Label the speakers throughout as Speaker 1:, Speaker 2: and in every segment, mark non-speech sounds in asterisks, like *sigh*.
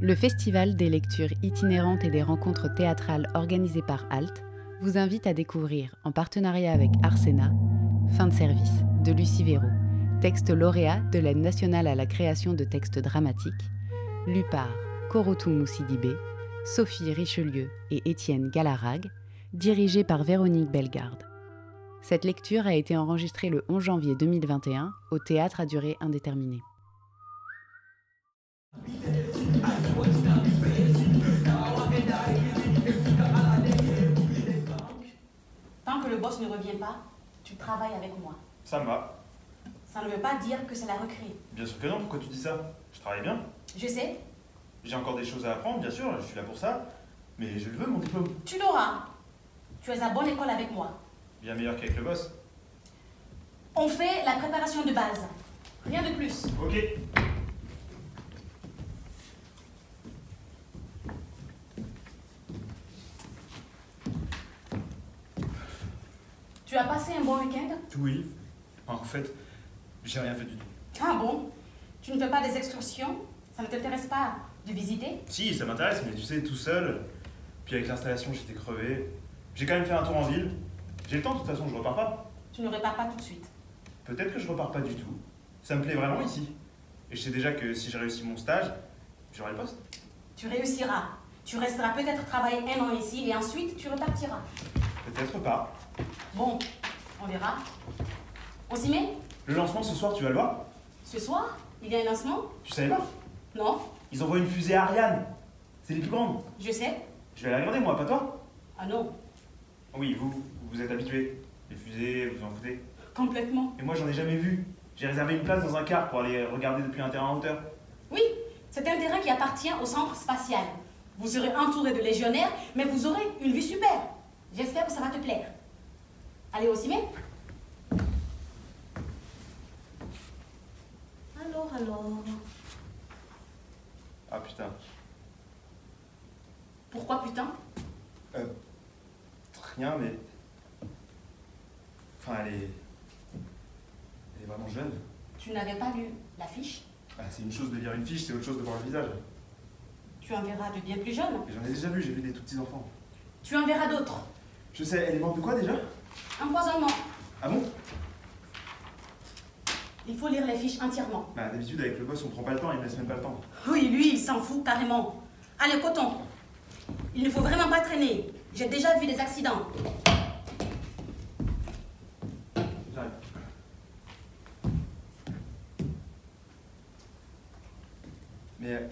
Speaker 1: Le festival des lectures itinérantes et des rencontres théâtrales organisé par ALT vous invite à découvrir, en partenariat avec Arsena, Fin de service de Lucie Véro, texte lauréat de l'aide nationale à la création de textes dramatiques, Lupar, Korotou Moussidibé, Sophie Richelieu et Étienne Galarag, dirigé par Véronique Bellegarde. Cette lecture a été enregistrée le 11 janvier 2021 au théâtre à durée indéterminée.
Speaker 2: Tant que le boss ne revient pas, tu travailles avec moi.
Speaker 3: Ça me va.
Speaker 2: Ça ne veut pas dire que c'est la recrée.
Speaker 3: Bien sûr que non, pourquoi tu dis ça Je travaille bien.
Speaker 2: Je sais,
Speaker 3: J'ai encore des choses à apprendre, bien sûr, je suis là pour ça. Mais je le veux, mon diplôme.
Speaker 2: tu l'auras. Tu es à bonne école avec moi.
Speaker 3: Bien meilleur qu'avec le boss.
Speaker 2: On fait la préparation de base. Rien de plus.
Speaker 3: Ok.
Speaker 2: Tu as passé un bon week-end
Speaker 3: Oui. En fait, j'ai rien fait du tout.
Speaker 2: Ah bon Tu ne fais pas des excursions Ça ne t'intéresse pas de visiter
Speaker 3: Si, ça m'intéresse, mais tu sais, tout seul. Puis avec l'installation, j'étais crevé. J'ai quand même fait un tour en ville. J'ai le temps, de toute façon, je repars pas.
Speaker 2: Tu ne repars pas tout de suite.
Speaker 3: Peut-être que je repars pas du tout. Ça me plaît vraiment ici. Et je sais déjà que si j'ai réussi mon stage, j'aurai le poste.
Speaker 2: Tu réussiras. Tu resteras peut-être travailler un an ici et ensuite tu repartiras.
Speaker 3: Peut-être pas.
Speaker 2: Bon, on verra. On s'y met
Speaker 3: Le lancement ce soir, tu vas le voir
Speaker 2: Ce soir, il y a un lancement
Speaker 3: Tu savais pas
Speaker 2: Non
Speaker 3: Ils envoient une fusée à Ariane. C'est les plus grandes.
Speaker 2: Je sais.
Speaker 3: Je vais la regarder, moi, pas toi
Speaker 2: Ah non,
Speaker 3: Oui, vous, vous êtes habitué. Les fusées, vous en foutez.
Speaker 2: complètement.
Speaker 3: Et moi, j'en ai jamais vu. J'ai réservé une place dans un car pour aller regarder depuis un terrain en hauteur.
Speaker 2: Oui, c'est un terrain qui appartient au centre spatial. Vous serez entouré de légionnaires, mais vous aurez une vue super. J'espère que ça va te plaire. Allez, on s'y met Alors, alors.
Speaker 3: Ah putain.
Speaker 2: Pourquoi putain
Speaker 3: Euh, rien, mais. Enfin, elle est. Elle est vraiment jeune.
Speaker 2: Tu n'avais pas lu l'affiche
Speaker 3: Ah, c'est une chose de lire une fiche, c'est autre chose de voir le visage.
Speaker 2: Tu en verras de bien plus jeunes.
Speaker 3: Et J'en ai déjà vu, j'ai vu des tout petits enfants.
Speaker 2: Tu en verras d'autres.
Speaker 3: Je sais, elle est morte de quoi déjà
Speaker 2: Empoisonnement.
Speaker 3: Ah bon
Speaker 2: Il faut lire les fiches entièrement.
Speaker 3: Bah, d'habitude, avec le boss, on prend pas le temps, il me laisse même pas le temps.
Speaker 2: Oui, lui, il s'en fout carrément. Allez, coton. Il ne faut vraiment pas traîner. J'ai déjà vu des accidents.
Speaker 3: J'arrive. Mais. euh,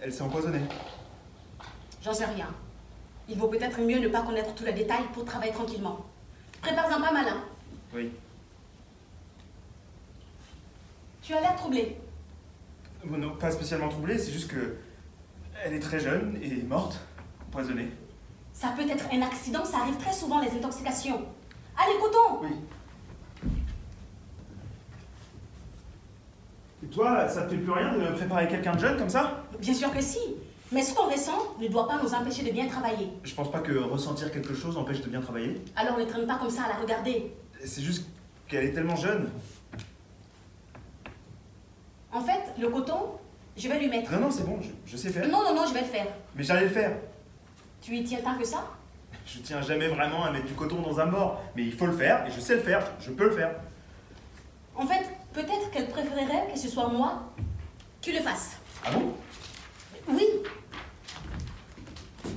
Speaker 3: Elle s'est empoisonnée.
Speaker 2: J'en sais rien. Il vaut peut-être mieux ne pas connaître tous les détails pour travailler tranquillement. Prépare-en pas hein. malin.
Speaker 3: Oui.
Speaker 2: Tu as l'air troublé.
Speaker 3: Bon, non, pas spécialement troublée, c'est juste que. Elle est très jeune et morte, empoisonnée.
Speaker 2: Ça peut être un accident, ça arrive très souvent les intoxications. Allez, coton
Speaker 3: Oui. Et toi, ça te fait plus rien de préparer quelqu'un de jeune comme ça
Speaker 2: Bien sûr que si. Mais ce qu'on ressent ne doit pas nous empêcher de bien travailler.
Speaker 3: Je pense pas que ressentir quelque chose empêche de bien travailler.
Speaker 2: Alors ne traîne pas comme ça à la regarder.
Speaker 3: C'est juste qu'elle est tellement jeune.
Speaker 2: En fait, le coton, je vais lui mettre.
Speaker 3: Non, non, c'est bon, je, je sais faire.
Speaker 2: Non, non, non, je vais le faire.
Speaker 3: Mais j'allais le faire.
Speaker 2: Tu y tiens tant que ça
Speaker 3: Je tiens jamais vraiment à mettre du coton dans un mort, mais il faut le faire, et je sais le faire, je peux le faire.
Speaker 2: En fait, peut-être qu'elle préférerait que ce soit moi qui le fasse.
Speaker 3: Ah bon
Speaker 2: Oui.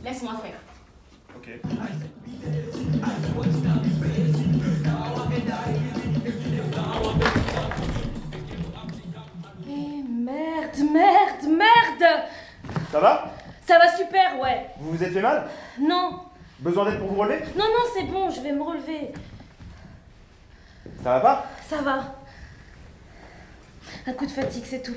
Speaker 2: Laisse-moi faire.
Speaker 3: Ok.
Speaker 4: Eh merde, merde, merde
Speaker 3: Ça va
Speaker 4: Ça va super, ouais.
Speaker 3: Vous vous êtes fait mal
Speaker 4: Non,
Speaker 3: Besoin d'aide pour vous relever
Speaker 4: non, non, c'est bon, je vais me relever.
Speaker 3: Ça va pas
Speaker 4: Ça va. Un coup de fatigue, c'est tout.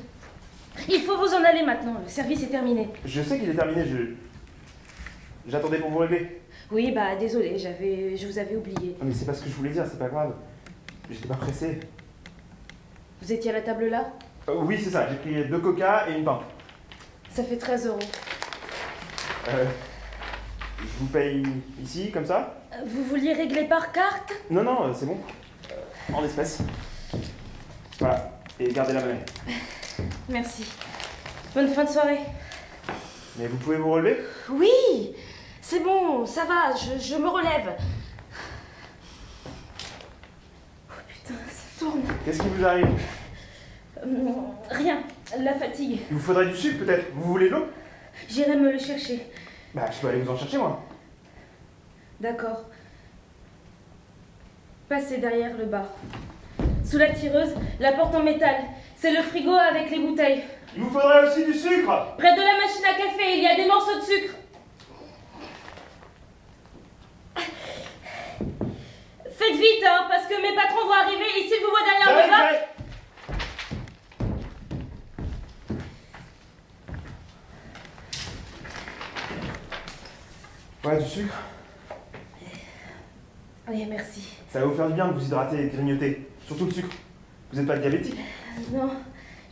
Speaker 4: Il faut vous en aller maintenant, le service est terminé.
Speaker 3: Je sais qu'il est terminé, je. J'attendais pour vous relever.
Speaker 4: Oui, bah désolé, j'avais, je vous avais oublié.
Speaker 3: Non, mais c'est pas ce que je voulais dire, c'est pas grave. J'étais pas pressé.
Speaker 4: Vous étiez à la table là
Speaker 3: Euh, oui, c'est ça, j'ai pris deux coca et une pain.
Speaker 4: Ça fait 13 euros.
Speaker 3: Euh, je vous paye ici, comme ça
Speaker 4: Euh, Vous vouliez régler par carte
Speaker 3: Non, non, euh, c'est bon. Euh, en espèces. Voilà, et gardez la monnaie.
Speaker 4: Merci. Bonne fin de soirée.
Speaker 3: Mais vous pouvez vous relever
Speaker 4: Oui C'est bon, ça va, je, je me relève. Oh putain, ça tourne.
Speaker 3: Qu'est-ce qui vous arrive
Speaker 4: Hum, Rien, la fatigue.
Speaker 3: Il vous faudrait du sucre peut-être Vous voulez de l'eau
Speaker 4: J'irai me le chercher.
Speaker 3: Bah, je peux aller vous en chercher moi.
Speaker 4: D'accord. Passez derrière le bar. Sous la tireuse, la porte en métal. C'est le frigo avec les bouteilles.
Speaker 3: Il vous faudrait aussi du sucre
Speaker 4: Près de la machine à café, il y a des morceaux de sucre. Faites vite, hein, parce que mes patrons vont arriver et s'ils vous voient derrière le bar...
Speaker 3: J'arrive, j'arrive. Ouais, du sucre
Speaker 4: Oui, merci.
Speaker 3: Ça va vous faire du bien de vous hydrater et de grignoter. Surtout le sucre. Vous n'êtes pas diabétique
Speaker 4: Ah Non,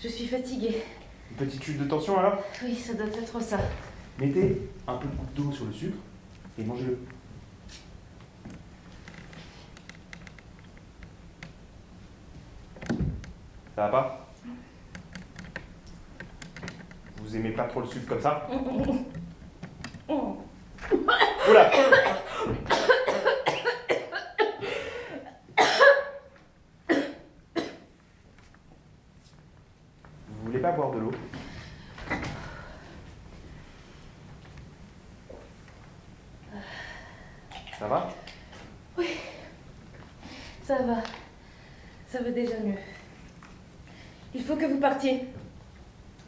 Speaker 4: je suis fatiguée.
Speaker 3: Une petite chute de tension alors
Speaker 4: Oui, ça doit être ça.
Speaker 3: Mettez un peu de goutte d'eau sur le sucre et mangez-le. Ça va pas Vous aimez pas trop le sucre comme ça
Speaker 4: Oh.
Speaker 3: Oula Vous voulez pas boire de l'eau Ça va
Speaker 4: Ça va. Ça va déjà mieux. Il faut que vous partiez.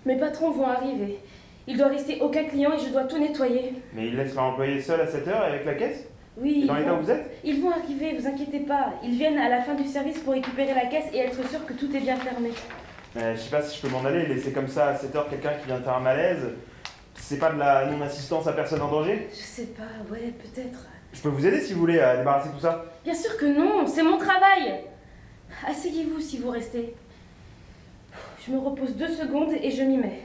Speaker 4: Mes patrons vont arriver. Il doit rester aucun client et je dois tout nettoyer.
Speaker 3: Mais il laisse leur employé seul à 7 heure avec la caisse
Speaker 4: Oui,
Speaker 3: Et Dans
Speaker 4: ils
Speaker 3: l'état
Speaker 4: vont-
Speaker 3: où vous êtes
Speaker 4: ils vont arriver, vous inquiétez pas. Ils viennent à la fin du service pour récupérer la caisse et être sûr que tout est bien fermé.
Speaker 3: Euh, Je sais pas si je peux m'en aller, laisser comme ça à 7 heures quelqu'un qui vient de faire un malaise. C'est pas de la non-assistance à personne en danger
Speaker 4: Je sais pas, ouais, peut-être.
Speaker 3: Je peux vous aider si vous voulez à débarrasser tout ça
Speaker 4: Bien sûr que non, c'est mon travail. Asseyez-vous si vous restez. Je me repose deux secondes et je m'y mets.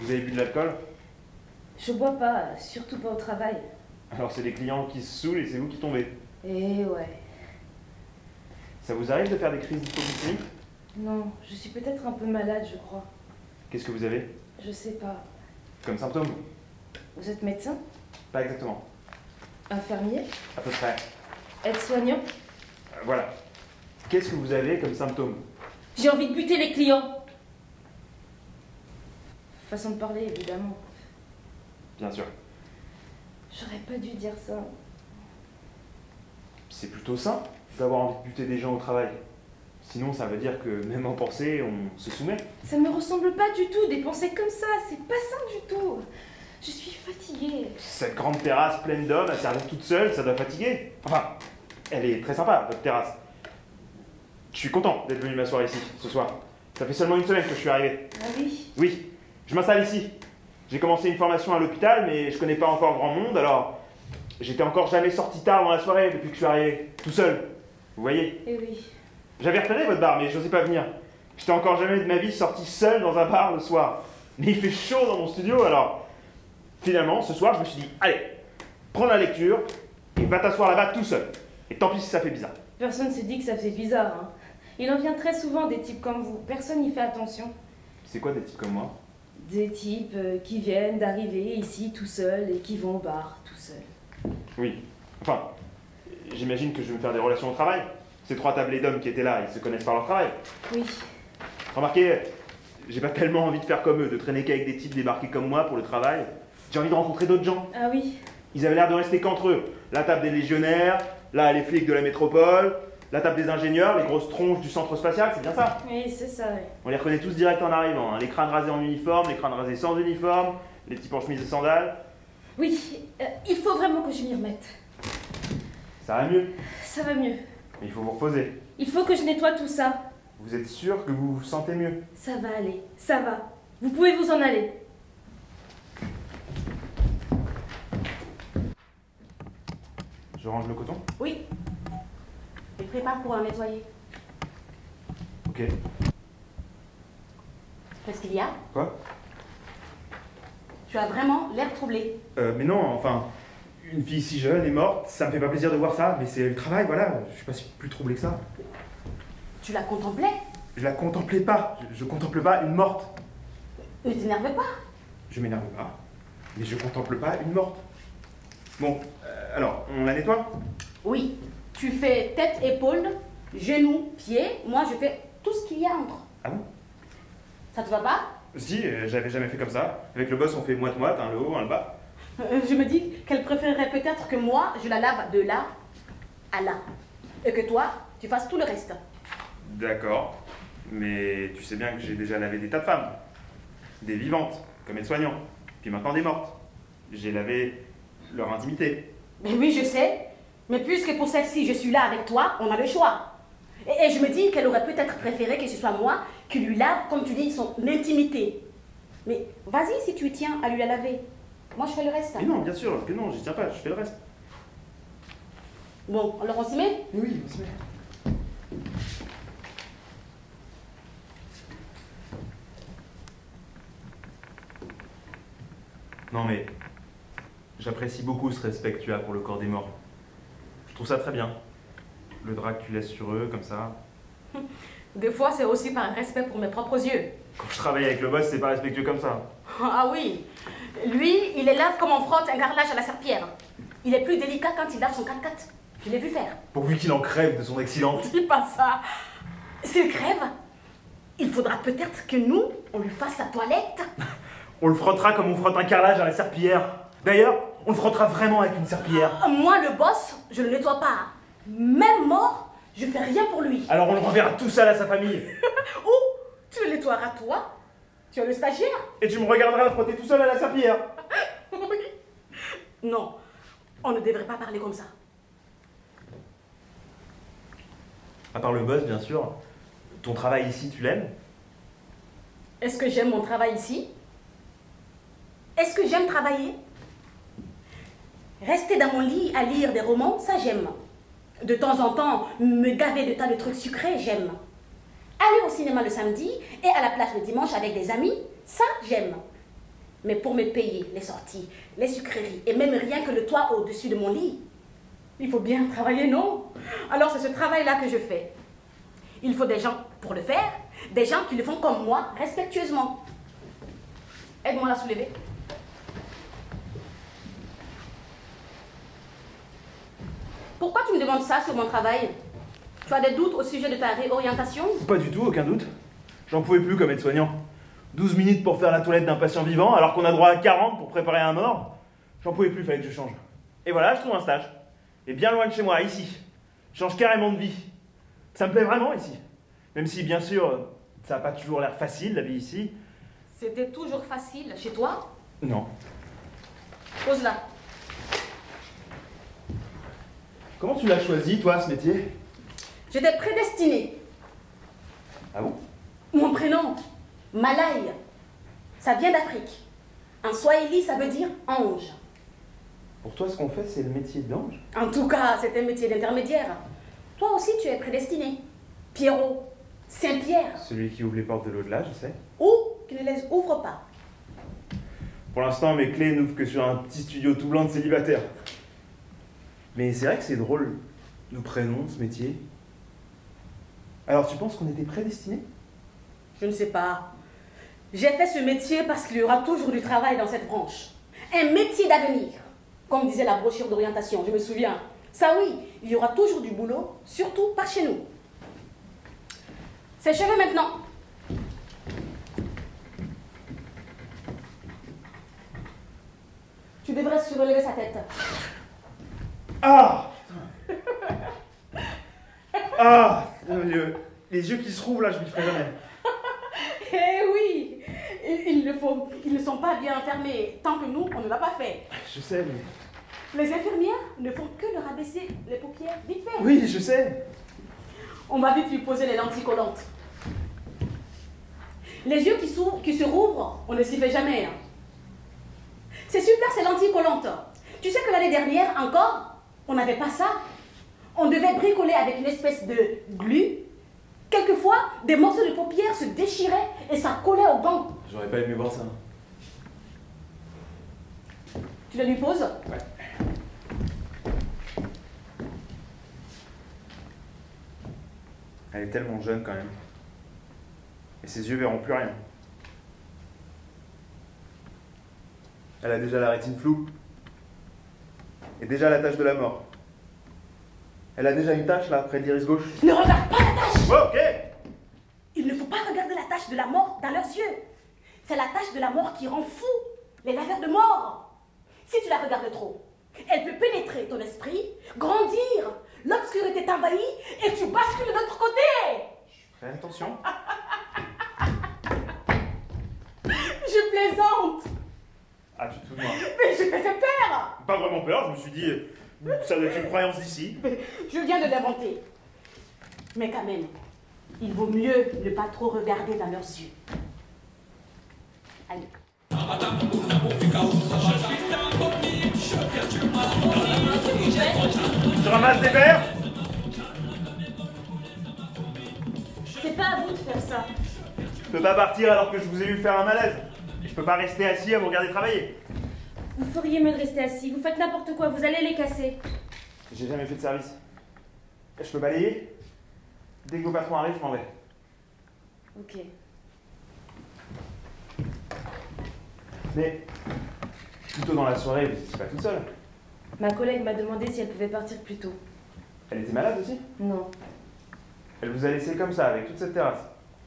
Speaker 3: Vous avez bu de l'alcool
Speaker 4: Je bois pas, surtout pas au travail.
Speaker 3: Alors c'est les clients qui se saoulent et c'est vous qui tombez.
Speaker 4: Eh ouais.
Speaker 3: Ça vous arrive de faire des crises d'hypoglycémie
Speaker 4: Non, je suis peut-être un peu malade, je crois.
Speaker 3: Qu'est-ce que vous avez
Speaker 4: Je sais pas.
Speaker 3: comme symptômes
Speaker 4: Vous êtes médecin
Speaker 3: Pas exactement.
Speaker 4: Infirmier
Speaker 3: À peu près.
Speaker 4: Aide-soignant
Speaker 3: Euh, voilà. Qu'est-ce que vous avez comme symptômes
Speaker 4: J'ai envie de buter les clients Façon de parler, évidemment.
Speaker 3: Bien sûr.
Speaker 4: J'aurais pas dû dire ça.
Speaker 3: C'est plutôt sain d'avoir envie de buter des gens au travail. Sinon ça veut dire que même en pensée on se soumet.
Speaker 4: Ça me ressemble pas du tout, des pensées comme ça, c'est pas sain du tout. Je suis fatiguée.
Speaker 3: Cette grande terrasse pleine d'hommes à servir toute seule, ça doit fatiguer. Enfin, elle est très sympa, votre terrasse. Je suis content d'être venu m'asseoir ici, ce soir. Ça fait seulement une semaine que je suis arrivé.
Speaker 4: Ah oui
Speaker 3: Oui, je m'installe ici. J'ai commencé une formation à l'hôpital, mais je connais pas encore grand monde, alors j'étais encore jamais sorti tard dans la soirée depuis que je suis arrivé, tout seul. Vous voyez
Speaker 4: Eh oui.
Speaker 3: J'avais repéré votre bar, mais je n'osais pas venir. J'étais encore jamais de ma vie sorti seul dans un bar le soir. Mais il fait chaud dans mon studio, alors. Finalement, ce soir, je me suis dit, allez, prends la lecture et va t'asseoir là-bas tout seul. Et tant pis si ça fait bizarre.
Speaker 4: Personne se dit que ça fait bizarre, hein. Il en vient très souvent des types comme vous, personne n'y fait attention.
Speaker 3: C'est quoi des types comme moi
Speaker 4: Des types euh, qui viennent d'arriver ici tout seuls et qui vont au bar tout seuls.
Speaker 3: Oui. Enfin, j'imagine que je vais me faire des relations au travail. Ces trois tablés d'hommes qui étaient là, ils se connaissent par leur travail.
Speaker 4: Oui,
Speaker 3: Remarquez, j'ai pas tellement envie de faire comme eux, de traîner qu'avec des types débarqués comme moi pour le travail. J'ai envie de rencontrer d'autres gens.
Speaker 4: ah oui,
Speaker 3: Ils avaient l'air de rester qu'entre eux. La table des légionnaires, là les flics de la métropole, la table des ingénieurs, les grosses tronches du centre spatial, c'est bien ça.
Speaker 4: oui, c'est ça. oui.
Speaker 3: On les reconnaît tous direct en arrivant. hein. Les crânes rasés en uniforme, les crânes rasés sans uniforme, les petits en chemise et sandales.
Speaker 4: Oui, euh, il faut vraiment que je m'y remette.
Speaker 3: Ça va mieux.
Speaker 4: Ça va mieux.
Speaker 3: Mais il faut vous reposer.
Speaker 4: Il faut que je nettoie tout ça.
Speaker 3: Vous êtes sûr que vous vous sentez mieux
Speaker 4: Ça va aller, ça va. Vous pouvez vous en aller.
Speaker 3: Je range le coton
Speaker 2: Oui. Et prépare pour en nettoyer.
Speaker 3: Ok.
Speaker 2: Qu'est-ce qu'il y a
Speaker 3: Quoi
Speaker 2: Tu as vraiment l'air troublé.
Speaker 3: Euh, mais non, enfin, une fille si jeune est morte, ça me fait pas plaisir de voir ça, mais c'est le travail, voilà. Je suis pas si plus troublé que ça.
Speaker 2: Tu la contemplais
Speaker 3: Je la contemplais pas. Je, je contemple pas une morte.
Speaker 2: Ne t'énerve pas.
Speaker 3: Je m'énerve pas. Mais je contemple pas une morte. Bon, euh, alors, on la nettoie
Speaker 2: Oui, tu fais tête, épaule, genou, pied. Moi, je fais tout ce qu'il y a entre.
Speaker 3: Ah bon
Speaker 2: Ça te va pas
Speaker 3: Si, euh, j'avais jamais fait comme ça. Avec le boss, on fait moite-moite, un le haut, un le bas.
Speaker 2: Euh, Je me dis qu'elle préférerait peut-être que moi, je la lave de là à là. Et que toi, tu fasses tout le reste.
Speaker 3: D'accord. Mais tu sais bien que j'ai déjà lavé des tas de femmes. Des vivantes, comme aides-soignants. Puis maintenant des mortes. J'ai lavé leur intimité.
Speaker 2: Mais oui, je sais. Mais puisque pour celle-ci, je suis là avec toi, on a le choix. Et, et je me dis qu'elle aurait peut-être préféré que ce soit moi qui lui lave, comme tu dis, son intimité. Mais vas-y si tu tiens à lui la laver. Moi, je fais le reste.
Speaker 3: Mais non, bien sûr que non, j'y tiens pas, je fais le reste.
Speaker 2: Bon, alors on s'y met
Speaker 3: Mais oui, on se met. Non mais, j'apprécie beaucoup ce respect que tu as pour le corps des morts. Je trouve ça très bien. Le drap que tu laisses sur eux, comme ça.
Speaker 2: Des fois, c'est aussi par respect pour mes propres yeux. *laughs*
Speaker 3: Quand je travaille avec le boss, c'est pas respectueux comme ça.
Speaker 2: Ah oui. Lui, il les lave comme on frotte un carrelage à la serpillère. Il est plus délicat quand il lave son 4 4 Je l'ai vu faire. *laughs*
Speaker 3: Pourvu qu'il en crève de son accident.
Speaker 2: Dis pas ça. S'il crève, il faudra peut-être que nous, on lui fasse sa toilette.
Speaker 3: On le frottera comme on frotte un carrelage à la serpillière. D'ailleurs, on le frottera vraiment avec une serpillière.
Speaker 2: Moi, le boss, je le nettoie pas. Même mort, je fais rien pour lui.
Speaker 3: Alors on le renverra tout seul à sa famille.
Speaker 2: Ou tu le nettoieras toi. Tu es le stagiaire.
Speaker 3: Et tu me regarderas le frotter tout seul à la serpillière.
Speaker 2: Oui. Non, on ne devrait pas parler comme ça.
Speaker 3: À part le boss, bien sûr. Ton travail ici, tu l'aimes
Speaker 2: Est-ce que j'aime mon travail ici Est-ce que j'aime travailler Rester dans mon lit à lire des romans, ça j'aime. De temps en temps, me gaver de tas de trucs sucrés, j'aime. Aller au cinéma le samedi et à la plage le dimanche avec des amis, ça j'aime. Mais pour me payer les sorties, les sucreries et même rien que le toit au-dessus de mon lit, il faut bien travailler, non Alors c'est ce travail-là que je fais. Il faut des gens pour le faire, des gens qui le font comme moi, respectueusement. Aide-moi à la soulever. Pourquoi tu me demandes ça sur mon travail Tu as des doutes au sujet de ta réorientation
Speaker 3: Pas du tout, aucun doute. J'en pouvais plus comme aide-soignant. 12 minutes pour faire la toilette d'un patient vivant, alors qu'on a droit à 40 pour préparer un mort. J'en pouvais plus, fallait que je change. Et voilà, je trouve un stage. Et bien loin de chez moi, ici. Je change carrément de vie. Ça me plaît vraiment ici. Même si, bien sûr, ça n'a pas toujours l'air facile, la vie ici.
Speaker 2: C'était toujours facile chez toi
Speaker 3: Non.
Speaker 2: Pose-la.
Speaker 3: Comment tu l'as choisi, toi, ce métier
Speaker 2: J'étais prédestinée.
Speaker 3: Ah bon
Speaker 2: Mon prénom, Malay, ça vient d'Afrique. En Swahili, ça veut dire ange.
Speaker 3: Pour toi, ce qu'on fait, c'est le métier d'ange
Speaker 2: En tout cas, c'est un métier d'intermédiaire. Toi aussi, tu es prédestiné. Pierrot, Saint-Pierre,
Speaker 3: Celui qui ouvre les portes de l'au-delà, je sais.
Speaker 2: ou qui ne les ouvre pas.
Speaker 3: Pour l'instant, mes clés n'ouvrent que sur un petit studio tout blanc de célibataire. Mais c'est vrai que c'est drôle, nos prénoms, ce métier. Alors, tu penses qu'on était prédestinés
Speaker 2: Je ne sais pas. J'ai fait ce métier parce qu'il y aura toujours du travail dans cette branche. Un métier d'avenir, comme disait la brochure d'orientation, je me souviens. Ça oui, il y aura toujours du boulot, surtout par chez nous. Ses cheveux maintenant. Tu devrais surélever sa tête.
Speaker 3: Ah Ah Mon Dieu Les yeux qui se rouvent là, je m'y ferai jamais.
Speaker 2: Eh oui, ils, ils le font- ils ne sont pas bien fermés tant que nous, on ne l'a pas fait.
Speaker 3: Je sais, mais.
Speaker 2: Les infirmières ne font que leur abaisser les paupières vite fait.
Speaker 3: Oui, je sais
Speaker 2: On va vite lui poser les lentilles collantes. Les yeux qui, s'ouvrent- qui se rouvrent, on ne s'y fait jamais. hein. C'est super ces lentilles collantes. Tu sais que l'année dernière, encore, on n'avait pas ça. On devait bricoler avec une espèce de glu. Quelquefois, des morceaux de paupières se déchiraient et ça collait au banc.
Speaker 3: J'aurais pas aimé voir ça.
Speaker 2: Tu la lui poses
Speaker 3: Ouais. Elle est tellement jeune quand même. Et ses yeux verront plus rien. Elle a déjà la rétine floue. Et déjà la tache de la mort. Elle a déjà une tache là, près de l'iris gauche.
Speaker 2: Ne regarde pas la tâche.
Speaker 3: Oh, ok
Speaker 2: Il ne faut pas regarder la tâche de la mort dans leurs yeux. C'est la tâche de la mort qui rend fou les laveurs de mort. Si tu la regardes trop, elle peut pénétrer ton esprit, grandir, l'obscurité t'envahit et tu bascules de l'autre côté.
Speaker 3: Fais attention.
Speaker 2: Je plaisante,
Speaker 3: Ah, tu te fous de moi.
Speaker 2: mais je te fais peur.
Speaker 3: Pas vraiment peur, je me suis dit, euh, ça doit être une croyance d'ici.
Speaker 2: Je viens de l'inventer. Mais quand même, il vaut mieux ne pas trop regarder dans leurs yeux. Allez.
Speaker 3: Je ramasse des verres
Speaker 4: C'est pas à vous de faire ça.
Speaker 3: Je peux pas partir alors que je vous ai vu faire un malaise. Et je peux pas rester assis à vous regarder travailler.
Speaker 4: Vous feriez mieux de rester assis. Vous faites n'importe quoi. Vous allez les casser.
Speaker 3: J'ai jamais fait de service. Je peux balayer Dès que vos patrons arrivent, je m'en vais.
Speaker 4: Ok.
Speaker 3: Mais plutôt dans la soirée, vous étiez pas toute seule.
Speaker 4: Ma collègue m'a demandé si elle pouvait partir plus tôt.
Speaker 3: Elle était malade aussi
Speaker 4: Non.
Speaker 3: Elle vous a laissé comme ça, avec toute cette terrasse.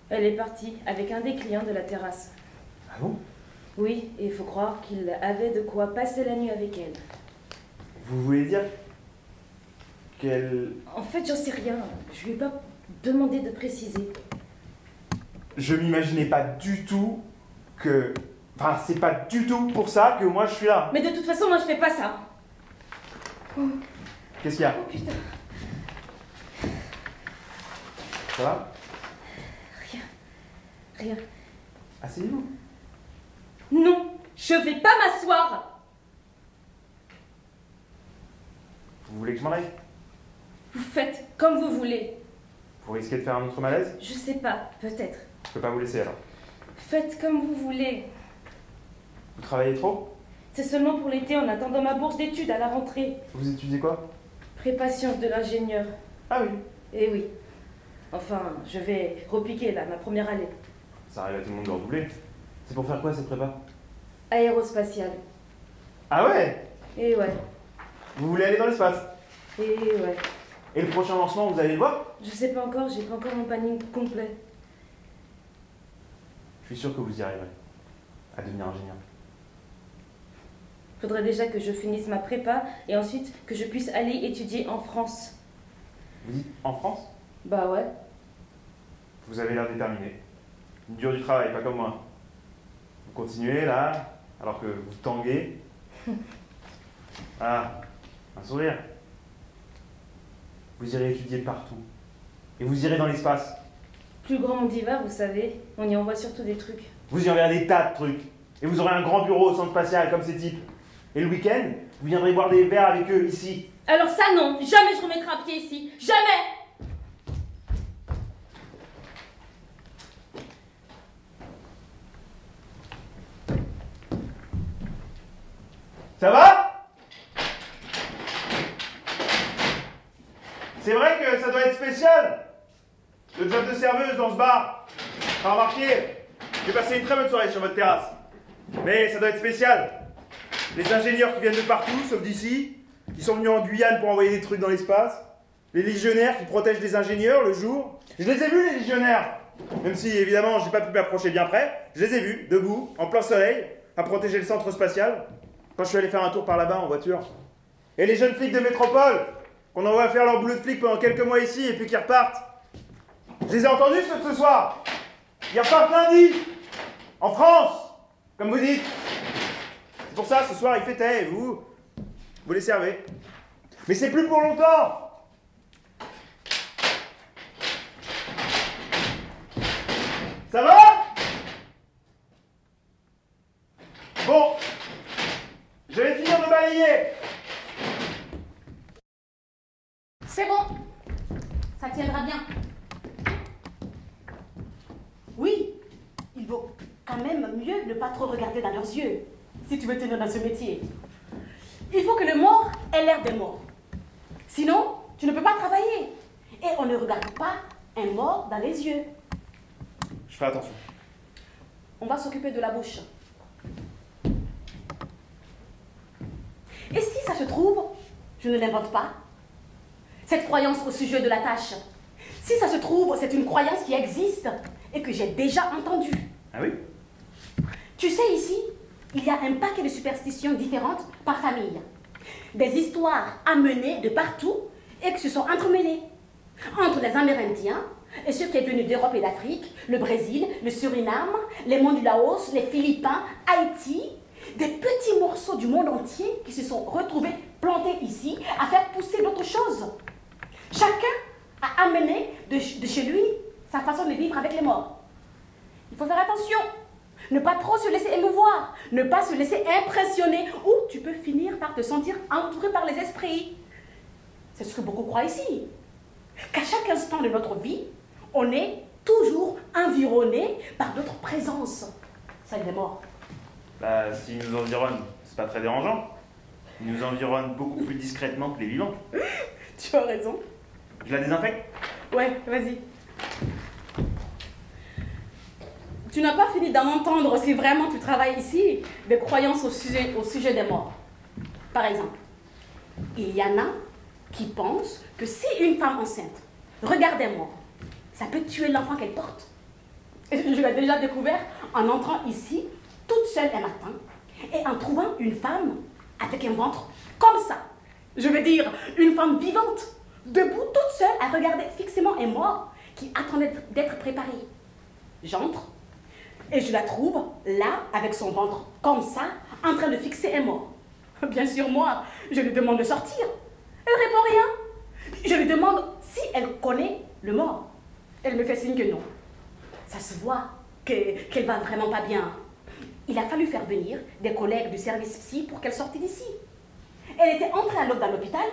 Speaker 4: Elle est partie avec un des clients de la terrasse.
Speaker 3: Ah bon
Speaker 4: Oui, et il faut croire qu'il avait de quoi passer la nuit avec elle.
Speaker 3: Vous voulez dire qu'elle...
Speaker 4: En fait, j'en sais rien. Je lui ai pas demandé de préciser.
Speaker 3: Je m'imaginais pas du tout que... Enfin, c'est pas du tout pour ça que moi je suis là.
Speaker 4: Mais de toute façon, moi, je fais pas ça.
Speaker 3: Qu'est-ce qu'il y a
Speaker 4: Oh putain,
Speaker 3: Ça va
Speaker 4: rien.
Speaker 3: Asseyez-vous.
Speaker 4: Non, je vais pas m'asseoir.
Speaker 3: Vous voulez que je m'en aille
Speaker 4: Vous faites comme vous voulez.
Speaker 3: Vous risquez de faire un autre malaise
Speaker 4: Je sais pas, peut-être.
Speaker 3: Je peux pas vous laisser alors.
Speaker 4: Faites comme vous voulez.
Speaker 3: Vous travaillez trop
Speaker 4: C'est seulement pour l'été en attendant ma bourse d'études à la rentrée.
Speaker 3: Vous étudiez quoi
Speaker 4: Prépatience de l'ingénieur.
Speaker 3: Ah oui.
Speaker 4: Eh oui. Enfin, je vais repiquer là, ma première année.
Speaker 3: Ça arrive à tout le monde de redoubler. C'est pour faire quoi cette prépa
Speaker 4: Aérospatiale.
Speaker 3: Ah ouais
Speaker 4: Eh ouais.
Speaker 3: Vous voulez aller dans l'espace
Speaker 4: Eh ouais.
Speaker 3: Et le prochain lancement, vous allez le voir
Speaker 4: Je sais pas encore, j'ai pas encore mon planning complet.
Speaker 3: Je suis sûr que vous y arriverez. À devenir ingénieur.
Speaker 4: Faudrait déjà que je finisse ma prépa et ensuite que je puisse aller étudier en France.
Speaker 3: Vous dites en France
Speaker 4: Bah ouais.
Speaker 3: Vous avez l'air déterminé. Une dure du travail, pas comme moi. Vous continuez là, alors que vous *laughs* tanguez. Ah, un sourire. Vous irez étudier partout. Et vous irez dans l'espace.
Speaker 4: Plus grand on y va, vous savez, on y envoie surtout des trucs.
Speaker 3: Vous y enverrez des tas de trucs. Et vous aurez un grand bureau au centre spatial comme ces types. Et le week-end, vous viendrez boire des verres avec eux ici.
Speaker 4: Alors ça non, jamais je remettrai un pied ici. Jamais
Speaker 3: Ça va C'est vrai que ça doit être spécial Le job de serveuse dans ce bar T'as remarqué J'ai passé une très bonne soirée sur votre terrasse. Mais ça doit être spécial Les ingénieurs qui viennent de partout, sauf d'ici, qui sont venus en Guyane pour envoyer des trucs dans l'espace, les légionnaires qui protègent les ingénieurs le jour. Je les ai vus les légionnaires Même si évidemment j'ai pas pu m'approcher bien près, je les ai vus, debout, en plein soleil, à protéger le centre spatial, quand je suis allé faire un tour par là-bas en voiture. Et les jeunes flics de métropole, qu'on envoie faire leur boulot de flic pendant quelques mois ici et puis qui repartent. Je les ai entendus ceux de ce soir. Ils repartent lundi. En France, comme vous dites. C'est pour ça, ce soir, ils fêtaient et vous, vous les servez. Mais c'est plus pour longtemps. Ça va Bon, je vais finir de balayer.
Speaker 2: C'est bon. Ça tiendra bien. Oui, il vaut quand même mieux ne pas trop regarder dans leurs yeux si tu veux tenir dans ce métier. Il faut que le mort ait l'air des morts. Sinon, tu ne peux pas travailler. Et on ne regarde pas un mort dans les yeux.
Speaker 3: Je ferai attention.
Speaker 2: On va s'occuper de la bouche. Et si ça se trouve, je ne l'invente pas, cette croyance au sujet de la tâche, si ça se trouve, c'est une croyance qui existe et que j'ai déjà entendue.
Speaker 3: Ah oui
Speaker 2: Tu sais, ici, il y a un paquet de superstitions différentes par famille. Des histoires amenées de partout et qui se sont entremêlées. Entre les Amérindiens et ceux qui sont venus d'Europe et d'Afrique, le Brésil, le Suriname, les mondes du Laos, les Philippins, Haïti, des petits morceaux du monde entier qui se sont retrouvés plantés ici à faire pousser d'autres choses. Chacun a amené de, ch- de chez lui sa façon de vivre avec les morts. Il faut faire attention. Ne pas trop se laisser émouvoir. Ne pas se laisser impressionner. Ou tu peux finir par te sentir entouré par les esprits. C'est ce que beaucoup croient ici. Qu'à chaque instant de notre vie, on est toujours environné par d'autres présences. Ça, il est mort. *laughs*
Speaker 3: Bah, s'ils nous environnent, c'est pas très dérangeant. Ils nous environnent beaucoup plus discrètement que les vivants.
Speaker 2: Tu as raison.
Speaker 3: Je la désinfecte
Speaker 2: Ouais, vas-y. Tu n'as pas fini d'en entendre si vraiment tu travailles ici des croyances au sujet, au sujet des morts. Par exemple, il y en a qui pensent que si une femme enceinte regarde un mort, ça peut tuer l'enfant qu'elle porte. *laughs* Je l'ai déjà découvert en entrant ici toute seule un matin et en trouvant une femme avec un ventre comme ça. Je veux dire, une femme vivante, debout toute seule à regarder fixement un mort qui attendait d'être préparé. J'entre et je la trouve là avec son ventre comme ça en train de fixer un mort. *laughs* Bien sûr, moi, je lui demande de sortir. Elle répond rien. Je lui demande si elle connaît le mort. Elle me fait signe que non. Ça se voit que- qu'elle va vraiment pas bien. Il a fallu faire venir des collègues du service psy pour qu'elle sorte d'ici. Elle était entrée à l'aube dans l'hôpital.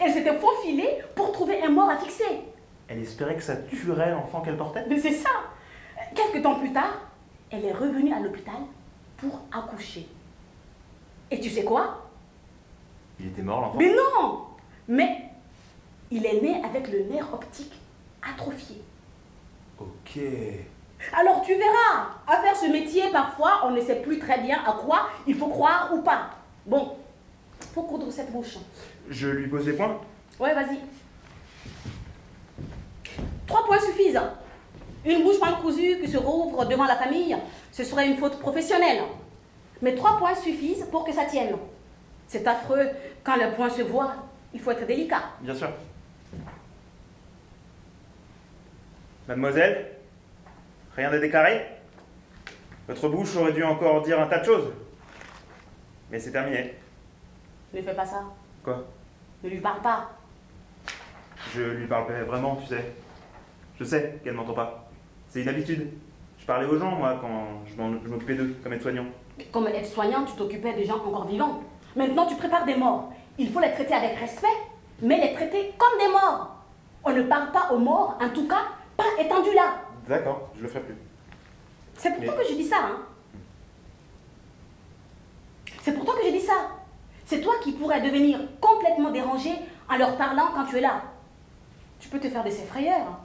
Speaker 2: Elle s'était faufilée pour trouver un mort à fixer.
Speaker 3: Elle espérait que ça tuerait l'enfant qu'elle portait
Speaker 2: Mais c'est ça. Quelques temps plus tard, elle est revenue à l'hôpital pour accoucher. Et tu sais quoi
Speaker 3: Il était mort l'enfant
Speaker 2: Mais non Mais il est né avec le nerf optique atrophié.
Speaker 3: Ok.
Speaker 2: Alors tu verras, à faire ce métier, parfois, on ne sait plus très bien à quoi il faut croire ou pas. Bon, faut coudre cette bouche.
Speaker 3: Je lui pose les points
Speaker 2: Ouais, vas-y. Trois points suffisent. Une bouche mal cousue qui se rouvre devant la famille, ce serait une faute professionnelle. Mais trois points suffisent pour que ça tienne. C'est affreux quand le point se voit. Il faut être délicat.
Speaker 3: Bien sûr. Mademoiselle Rien de déclaré Votre bouche aurait dû encore dire un tas de choses. Mais c'est terminé.
Speaker 2: Ne fais pas ça.
Speaker 3: Quoi
Speaker 2: Ne lui parle pas.
Speaker 3: Je lui parle pas vraiment, tu sais. Je sais qu'elle m'entend pas. C'est une habitude. Je parlais aux gens, moi, quand je m'en- je m'occupais d'eux, comme aide-soignant.
Speaker 2: Comme aide-soignant, tu t'occupais des gens encore vivants. Maintenant, tu prépares des morts. Il faut les traiter avec respect, mais les traiter comme des morts. On ne parle pas aux morts, en tout cas, pas étendu là.
Speaker 3: D'accord, je le ferai plus.
Speaker 2: C'est pour
Speaker 3: Mais-
Speaker 2: toi que je dis ça. Hein. C'est pour toi que je dis ça. C'est toi qui pourrais devenir complètement dérangé en leur parlant quand tu es là. Tu peux te faire des effrayeurs.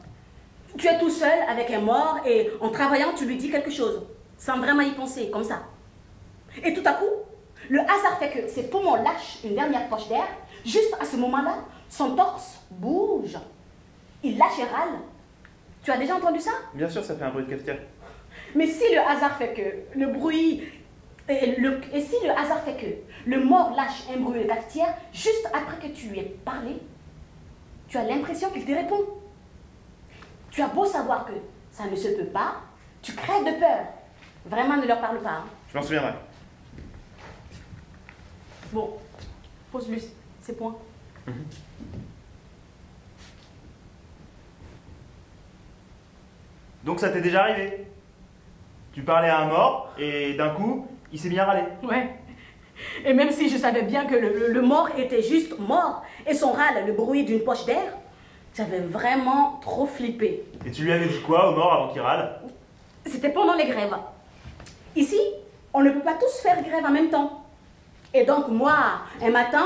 Speaker 2: Tu es tout seul avec un mort et en travaillant, tu lui dis quelque chose, sans vraiment y penser, comme ça. Et tout à coup, le hasard fait que ses poumons lâchent une dernière poche d'air. Juste à ce moment-là, son torse bouge. Il lâche et râle. Tu as déjà entendu ça
Speaker 3: Bien sûr, ça fait un bruit de cafetière.
Speaker 2: mais si le hasard fait que le bruit. Et, le- et si le hasard fait que le mort lâche un bruit de cafetière juste après que tu lui aies parlé, tu as l'impression qu'il te répond. Tu as beau savoir que ça ne se peut pas, tu crèves de peur. Vraiment, ne leur parle pas. hein.
Speaker 3: Je m'en souviendrai.
Speaker 2: Bon, pose-lui ces points.
Speaker 3: Donc ça t'est déjà arrivé Tu parlais à un mort et d'un coup, il s'est bien râlé.
Speaker 2: Ouais. Et même si je savais bien que le, le- le mort était juste mort et son râle le bruit d'une poche d'air, j'avais vraiment trop flippé.
Speaker 3: Et tu lui avais dit quoi au mort avant qu'il râle
Speaker 2: C'était pendant les grèves. Ici, on ne peut pas tous faire grève en même temps. Et donc moi, un matin,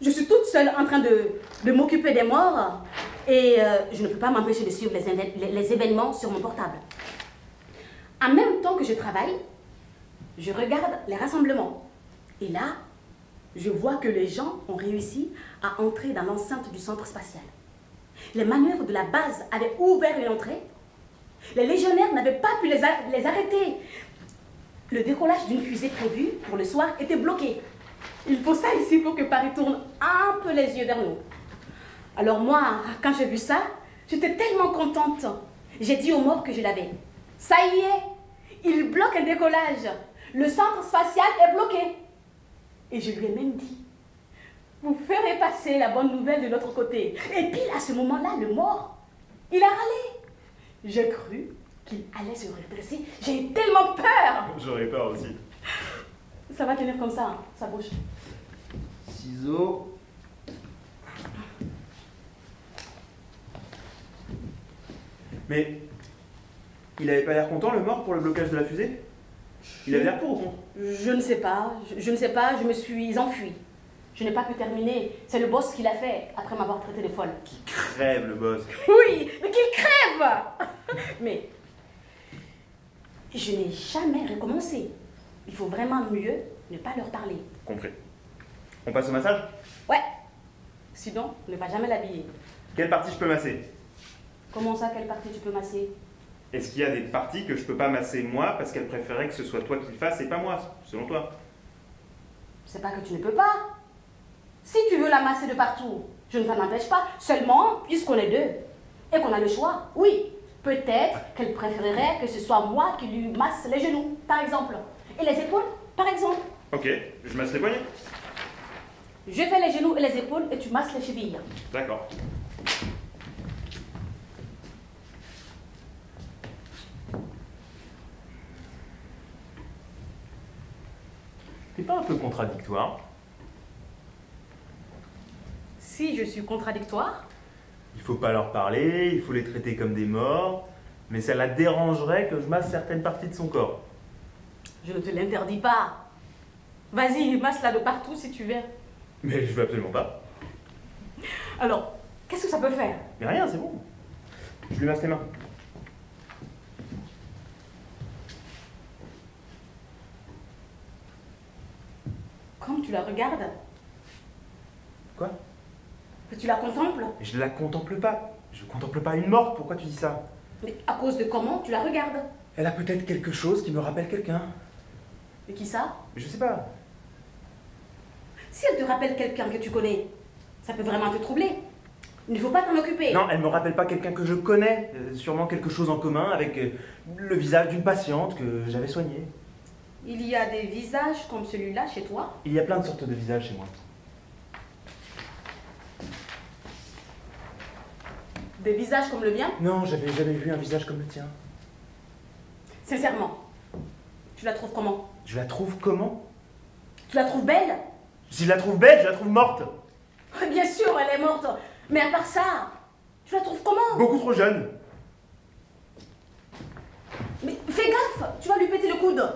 Speaker 2: je suis toute seule en train de, de m'occuper des morts et euh, je ne peux pas m'empêcher de suivre les, invén- les- les événements sur mon portable. En même temps que je travaille, je regarde les rassemblements. Et là, je vois que les gens ont réussi à entrer dans l'enceinte du centre spatial. Les manœuvres de la base avaient ouvert une entrée. Les légionnaires n'avaient pas pu les, a- les arrêter. Le décollage d'une fusée prévue pour le soir était bloqué. Il faut ça ici pour que Paris tourne un peu les yeux vers nous. Alors moi, quand j'ai vu ça, j'étais tellement contente. J'ai dit aux morts que je l'avais. Ça y est, il bloque un décollage. Le centre spatial est bloqué. Et je lui ai même dit, vous ferez passer la bonne nouvelle de notre côté. Et pile à ce moment-là, le mort, il a râlé. J'ai cru qu'il allait se redresser. J'ai eu tellement peur.
Speaker 3: J'aurais peur aussi.
Speaker 2: Ça va tenir comme ça, hein, sa bouche.
Speaker 3: Ciseaux. Mais il avait pas l'air content le mort pour le blocage de la fusée Il avait l'air pour ou contre
Speaker 2: Je ne sais pas, je, je ne sais pas, je me suis enfuie. Je n'ai pas pu terminer. C'est le boss qui l'a fait après m'avoir traité de folle.
Speaker 3: Crève le boss.
Speaker 2: Oui, mais qu'il crève *laughs* Mais je n'ai jamais recommencé. Il faut vraiment mieux ne pas leur parler.
Speaker 3: Compris. On passe au massage
Speaker 2: Ouais. Sinon, on ne va jamais l'habiller.
Speaker 3: Quelle partie je peux masser
Speaker 2: Comment ça, quelle partie tu peux masser
Speaker 3: Est-ce qu'il y a des parties que je peux pas masser moi parce qu'elle préférait que ce soit toi qui le fasses et pas moi, selon toi
Speaker 2: C'est pas que tu ne peux pas. Si tu veux la masser de partout, je ne t'en empêche pas. Seulement, puisqu'on est deux et qu'on a le choix, oui, peut-être qu'elle préférerait que ce soit moi qui lui masse les genoux, par exemple, et les épaules, par exemple.
Speaker 3: Ok, je masse les poignets.
Speaker 2: Je fais les genoux et les épaules et tu masses les chevilles.
Speaker 3: D'accord. T'es pas un peu contradictoire
Speaker 2: Si je suis contradictoire,
Speaker 3: Il faut pas leur parler, il faut les traiter comme des morts, mais ça la dérangerait que je masse certaines parties de son corps.
Speaker 2: je ne te l'interdis pas. Vas-y, masse-la de partout si tu veux.
Speaker 3: Mais je veux absolument pas.
Speaker 2: Alors, qu'est-ce que ça peut faire
Speaker 3: Mais rien, c'est bon. Je lui masse les mains.
Speaker 2: Quand tu la regardes,
Speaker 3: Quoi
Speaker 2: que tu la contemples,
Speaker 3: Je la contemple pas. Je contemple pas une morte, pourquoi tu dis ça
Speaker 2: mais à cause de comment tu la regardes.
Speaker 3: Elle a peut-être quelque chose qui me rappelle quelqu'un.
Speaker 2: Et qui ça
Speaker 3: Je sais pas.
Speaker 2: Si elle te rappelle quelqu'un que tu connais, ça peut vraiment te troubler. Il ne faut pas t'en occuper.
Speaker 5: Non, elle me rappelle pas quelqu'un que je connais. Euh, sûrement quelque chose en commun avec euh, le visage d'une patiente que j'avais soignée.
Speaker 2: Il y a des visages comme celui-là chez toi.
Speaker 5: Il y a plein de sortes de visages chez moi.
Speaker 2: Des visages comme le mien
Speaker 5: Non, j'avais jamais vu un visage comme le tien.
Speaker 2: Sincèrement, tu la trouves comment
Speaker 5: Je la trouve comment
Speaker 2: Tu la trouves belle *laughs*
Speaker 5: Si je la trouve belle, je la trouve morte.
Speaker 2: Oui, Bien sûr, elle est morte. Mais à part ça, tu la trouves comment
Speaker 3: Beaucoup trop jeune.
Speaker 2: Mais fais gaffe, tu vas lui péter le coude.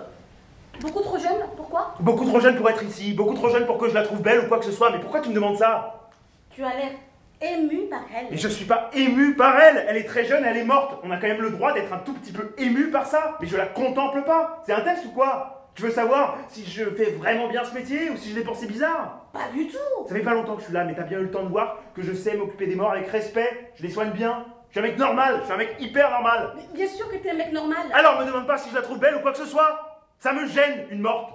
Speaker 2: Beaucoup trop jeune, pourquoi
Speaker 5: Beaucoup trop jeune pour être ici, beaucoup trop jeune pour que je la trouve belle ou quoi que ce soit. Mais pourquoi tu me demandes ça
Speaker 2: Tu as l'air ému par
Speaker 5: Mais
Speaker 2: elle.
Speaker 5: je suis pas ému par elle. Elle est très jeune, elle est morte. On a quand même le droit d'être un tout petit peu ému par ça. Mais je la contemple pas. C'est un test ou quoi Tu veux savoir si je fais vraiment bien ce métier ou si j'ai des pensées bizarres
Speaker 2: Pas du tout.
Speaker 5: Ça fait pas longtemps que je suis là, mais t'as bien eu le temps de voir que je sais m'occuper des morts avec respect, je les soigne bien. Je suis un mec normal, je suis un mec hyper normal.
Speaker 2: Mais bien sûr que t'es un mec normal.
Speaker 5: Alors me demande pas si je la trouve belle ou quoi que ce soit. Ça me gêne, une morte.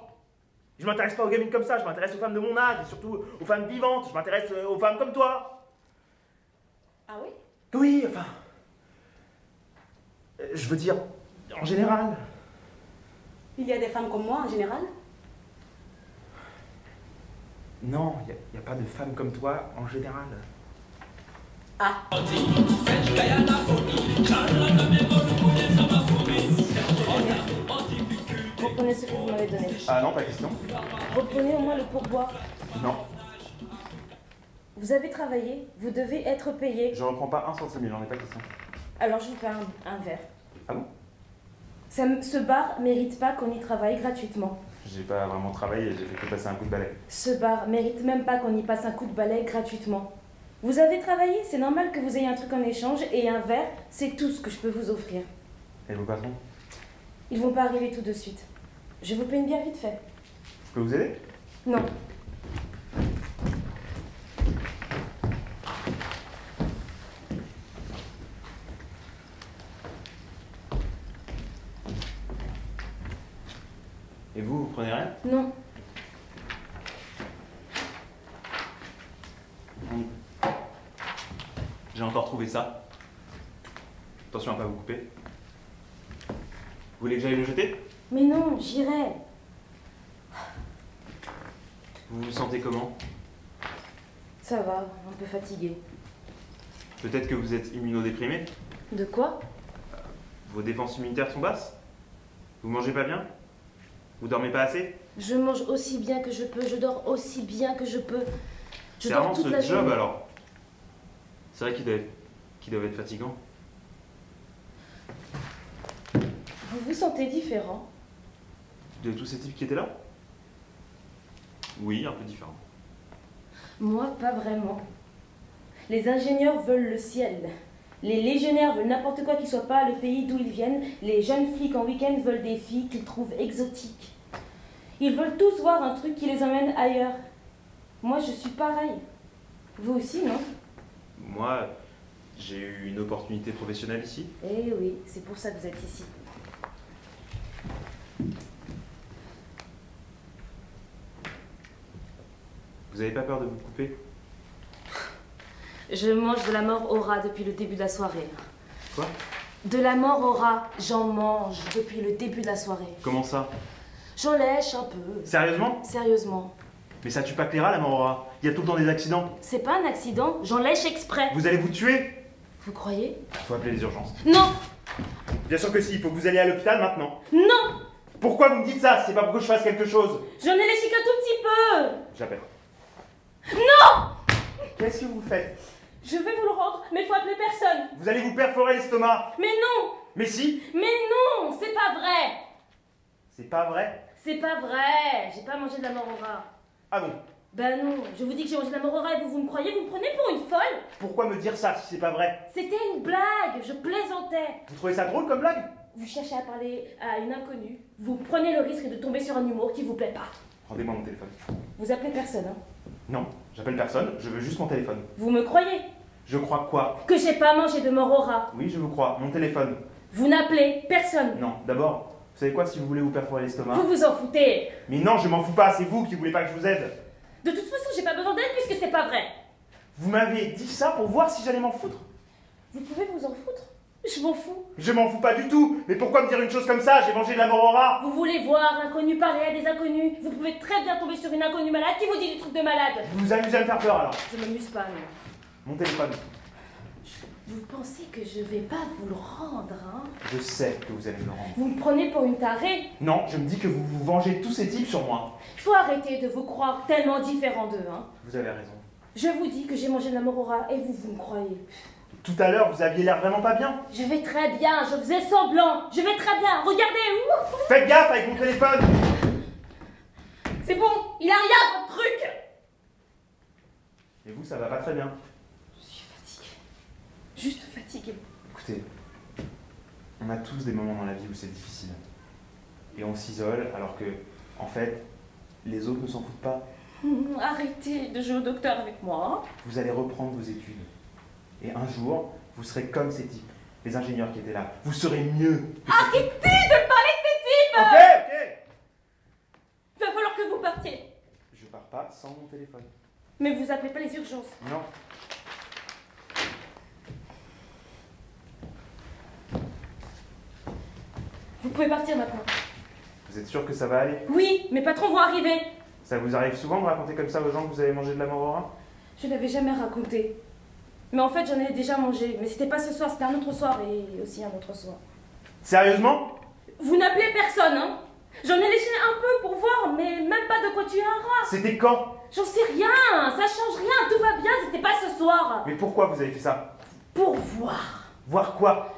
Speaker 5: Je m'intéresse pas aux gamines comme ça, je m'intéresse aux femmes de mon âge, et surtout aux femmes vivantes, je m'intéresse euh, aux femmes comme toi.
Speaker 2: Ah oui
Speaker 5: Oui, enfin. euh, Je veux dire, en général.
Speaker 2: Il y a des femmes comme moi en général.
Speaker 5: Non, y a, y a pas de femmes comme toi en général.
Speaker 2: Ah.
Speaker 4: Reprenez ce que vous m'avez donné.
Speaker 3: Ah non, pas question.
Speaker 4: Reprenez au moins le pourboire.
Speaker 3: Non,
Speaker 4: Vous avez travaillé, vous devez être payé.
Speaker 3: je reprends pas un centime, il j'en ai pas question.
Speaker 4: Alors je vous fais un, un verre.
Speaker 3: Ah bon
Speaker 4: Ça m- ce bar mérite pas qu'on y travaille gratuitement.
Speaker 3: J'ai pas vraiment travaillé, j'ai fait que passer un coup de balai.
Speaker 4: Ce bar mérite même pas qu'on y passe un coup de balai gratuitement. Vous avez travaillé, c'est normal que vous ayez un truc en échange et un verre, c'est tout ce que je peux vous offrir.
Speaker 3: Et vos patrons
Speaker 4: Ils vont pas arriver tout de suite. Je vous paye une bière vite fait.
Speaker 3: Je peux vous aider
Speaker 4: Non.
Speaker 3: Et vous, vous prenez rien
Speaker 4: Non.
Speaker 3: J'ai encore trouvé ça. Attention à pas vous couper. Vous voulez que j'aille le jeter
Speaker 4: Mais non, j'irai.
Speaker 3: Vous vous sentez comment
Speaker 4: Ça va, un peu fatigué.
Speaker 3: Peut-être que vous êtes immunodéprimé
Speaker 4: De quoi
Speaker 3: Vos défenses immunitaires sont basses Vous mangez pas bien Vous dormez pas assez
Speaker 4: Je mange aussi bien que je peux, je dors aussi bien que je peux.
Speaker 3: C'est
Speaker 4: Je dors
Speaker 3: vraiment
Speaker 4: toute
Speaker 3: ce
Speaker 4: la
Speaker 3: job
Speaker 4: journée.
Speaker 3: alors. C'est vrai qu'il doit, être... qu'il doit être fatigant.
Speaker 4: Vous vous sentez différent
Speaker 3: De tous ces types qui étaient là Oui, un peu différent.
Speaker 4: Moi, pas vraiment. Les ingénieurs veulent le ciel. Les légionnaires veulent n'importe quoi qui soit pas le pays d'où ils viennent. Les jeunes flics en week-end veulent des filles qu'ils trouvent exotiques. Ils veulent tous voir un truc qui les emmène ailleurs. Moi, je suis pareil. Vous aussi, non
Speaker 3: Moi, j'ai eu une opportunité professionnelle ici.
Speaker 4: Eh oui, c'est pour ça que vous êtes ici.
Speaker 3: Vous avez pas peur de vous couper
Speaker 4: Je mange de la mort au rat depuis le début de la soirée.
Speaker 3: Quoi
Speaker 4: De la mort au rat, j'en mange depuis le début de la soirée.
Speaker 3: Comment ça
Speaker 4: J'en lèche un peu.
Speaker 3: Sérieusement
Speaker 4: Sérieusement,
Speaker 3: Mais ça tue pas Cléra la mort au rat. Il y a tout le temps des accidents.
Speaker 4: c'est pas un accident, j'en lèche exprès.
Speaker 3: Vous allez vous tuer
Speaker 4: Vous croyez
Speaker 3: Faut appeler les urgences.
Speaker 4: Non
Speaker 3: Bien sûr que si, il faut que vous alliez à l'hôpital maintenant.
Speaker 4: Non
Speaker 3: Pourquoi vous me dites ça C'est pas pour que je fasse quelque chose.
Speaker 4: J'en ai léché qu'un tout petit peu
Speaker 3: J'appelle. Non Qu'est-ce que vous faites
Speaker 4: Je vais vous le rendre, mais faut appeler personne
Speaker 3: Vous allez vous perforer l'estomac
Speaker 4: Mais non
Speaker 3: Mais si
Speaker 4: Mais non C'est pas vrai
Speaker 3: C'est pas vrai
Speaker 4: C'est pas vrai J'ai pas mangé de la mort au rat.
Speaker 3: Ah bon
Speaker 4: Ben non, je vous dis que j'ai mangé de la mort au rat et vous, vous me croyez, vous me prenez pour une folle
Speaker 3: Pourquoi me dire ça si c'est pas vrai
Speaker 4: C'était une blague, je plaisantais
Speaker 3: Vous trouvez ça drôle comme blague
Speaker 4: Vous cherchez à parler à une inconnue, vous prenez le risque de tomber sur un humour qui vous plaît pas.
Speaker 3: Rendez-moi mon téléphone.
Speaker 4: Vous appelez personne, hein
Speaker 3: Non, j'appelle personne, je veux juste mon téléphone.
Speaker 4: Vous me croyez
Speaker 3: Je crois quoi
Speaker 4: Que j'ai pas mangé de mort au rat
Speaker 3: Oui, je vous crois, mon téléphone.
Speaker 4: Vous n'appelez personne
Speaker 3: Non, d'abord, vous savez quoi si vous voulez vous perforer l'estomac
Speaker 4: Vous vous en foutez
Speaker 3: Mais non, je m'en fous pas, c'est vous qui voulez pas que je vous aide.
Speaker 4: De toute façon, j'ai pas besoin d'aide puisque c'est pas vrai
Speaker 3: Vous m'avez dit ça pour voir si j'allais m'en foutre
Speaker 4: Vous pouvez vous en foutre Je m'en fous
Speaker 3: Je m'en fous pas du tout Mais pourquoi me dire une chose comme ça J'ai mangé de la morora
Speaker 4: Vous voulez voir l'inconnu parler à des inconnus Vous pouvez très bien tomber sur une inconnue malade qui vous dit des trucs de malade
Speaker 3: Vous vous amusez à me faire peur alors
Speaker 4: Je m'amuse pas, non
Speaker 3: Mon téléphone.
Speaker 4: Vous pensez que je vais pas vous le rendre, hein
Speaker 3: Je sais que vous allez me le rendre.
Speaker 4: Vous me prenez pour une tarée
Speaker 3: Non, je me dis que vous vous vengez de tous ces types sur moi.
Speaker 4: Il faut arrêter de vous croire tellement différents d'eux, hein
Speaker 3: Vous avez raison.
Speaker 4: Je vous dis que j'ai mangé de la mort au rat et vous, vous me croyez.
Speaker 3: Tout à l'heure, vous aviez l'air vraiment pas bien.
Speaker 4: Je vais très bien, je faisais semblant, je vais très bien, regardez, ouh
Speaker 3: Faites gaffe avec mon téléphone
Speaker 4: C'est bon, il arrive, votre truc
Speaker 3: Et vous, ça va pas très bien.
Speaker 4: Je suis fatiguée. Juste fatiguée. *laughs*
Speaker 3: Écoutez, on a tous des moments dans la vie où c'est difficile. Et on s'isole alors que, en fait, les autres ne s'en foutent pas.
Speaker 4: Mmh, Arrêtez de jouer au docteur avec moi. hein.
Speaker 3: Vous allez reprendre vos études. Et un jour, vous serez comme ces types, les ingénieurs qui étaient là. Vous serez mieux.
Speaker 4: Arrêtez de me parler de ces types
Speaker 3: Ok, ok
Speaker 4: Il va falloir que vous partiez.
Speaker 3: Je pars pas sans mon téléphone.
Speaker 4: Mais vous appelez pas les urgences.
Speaker 3: Non.
Speaker 4: Vous pouvez partir maintenant.
Speaker 3: Vous êtes sûr que ça va aller
Speaker 4: Oui, mes patrons vont arriver.
Speaker 3: Ça vous arrive souvent de raconter comme ça aux gens que vous avez mangé de la morora
Speaker 4: Je l'avais jamais raconté. Mais en fait, j'en ai déjà mangé. Mais c'était pas ce soir, c'était un autre soir et aussi un autre soir.
Speaker 3: Sérieusement
Speaker 4: Vous n'appelez personne, hein J'en ai léché un peu pour voir, mais même pas de quoi tu un rat.
Speaker 3: C'était quand
Speaker 4: J'en sais rien, ça change rien, tout va bien, c'était pas ce soir.
Speaker 3: Mais pourquoi vous avez fait ça
Speaker 4: Pour voir
Speaker 3: Voir quoi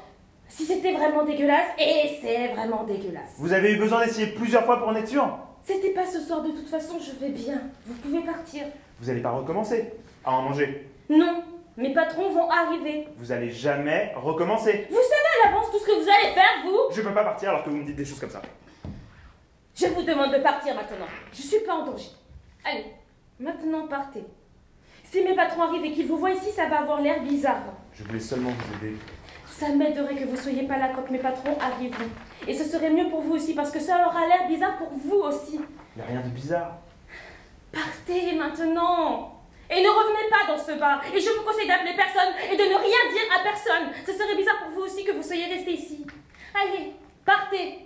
Speaker 4: si c'était vraiment dégueulasse, et c'est vraiment dégueulasse.
Speaker 3: Vous avez eu besoin d'essayer plusieurs fois pour en être sûr
Speaker 4: C'était pas ce soir, de toute façon, je vais bien. Vous pouvez partir.
Speaker 3: Vous allez pas recommencer à en manger.
Speaker 4: Non, Mes patrons vont arriver.
Speaker 3: Vous allez jamais recommencer.
Speaker 4: Vous savez à l'avance tout ce que vous allez faire, vous
Speaker 3: Je peux pas partir alors que vous me dites des choses comme ça.
Speaker 4: Je vous demande de partir maintenant. Je suis pas en danger. Allez, maintenant partez. Si mes patrons arrivent et qu'ils vous voient ici, ça va avoir l'air bizarre.
Speaker 3: Je voulais seulement vous aider.
Speaker 4: Ça m'aiderait que vous soyez pas là quand mes patrons arriveront. Et ce serait mieux pour vous aussi, parce que ça aura l'air bizarre pour vous aussi.
Speaker 3: Il a rien de bizarre.
Speaker 4: Partez maintenant Et ne revenez pas dans ce bar Et je vous conseille d'appeler personne et de ne rien dire à personne Ce serait bizarre pour vous aussi que vous soyez resté ici. Allez, partez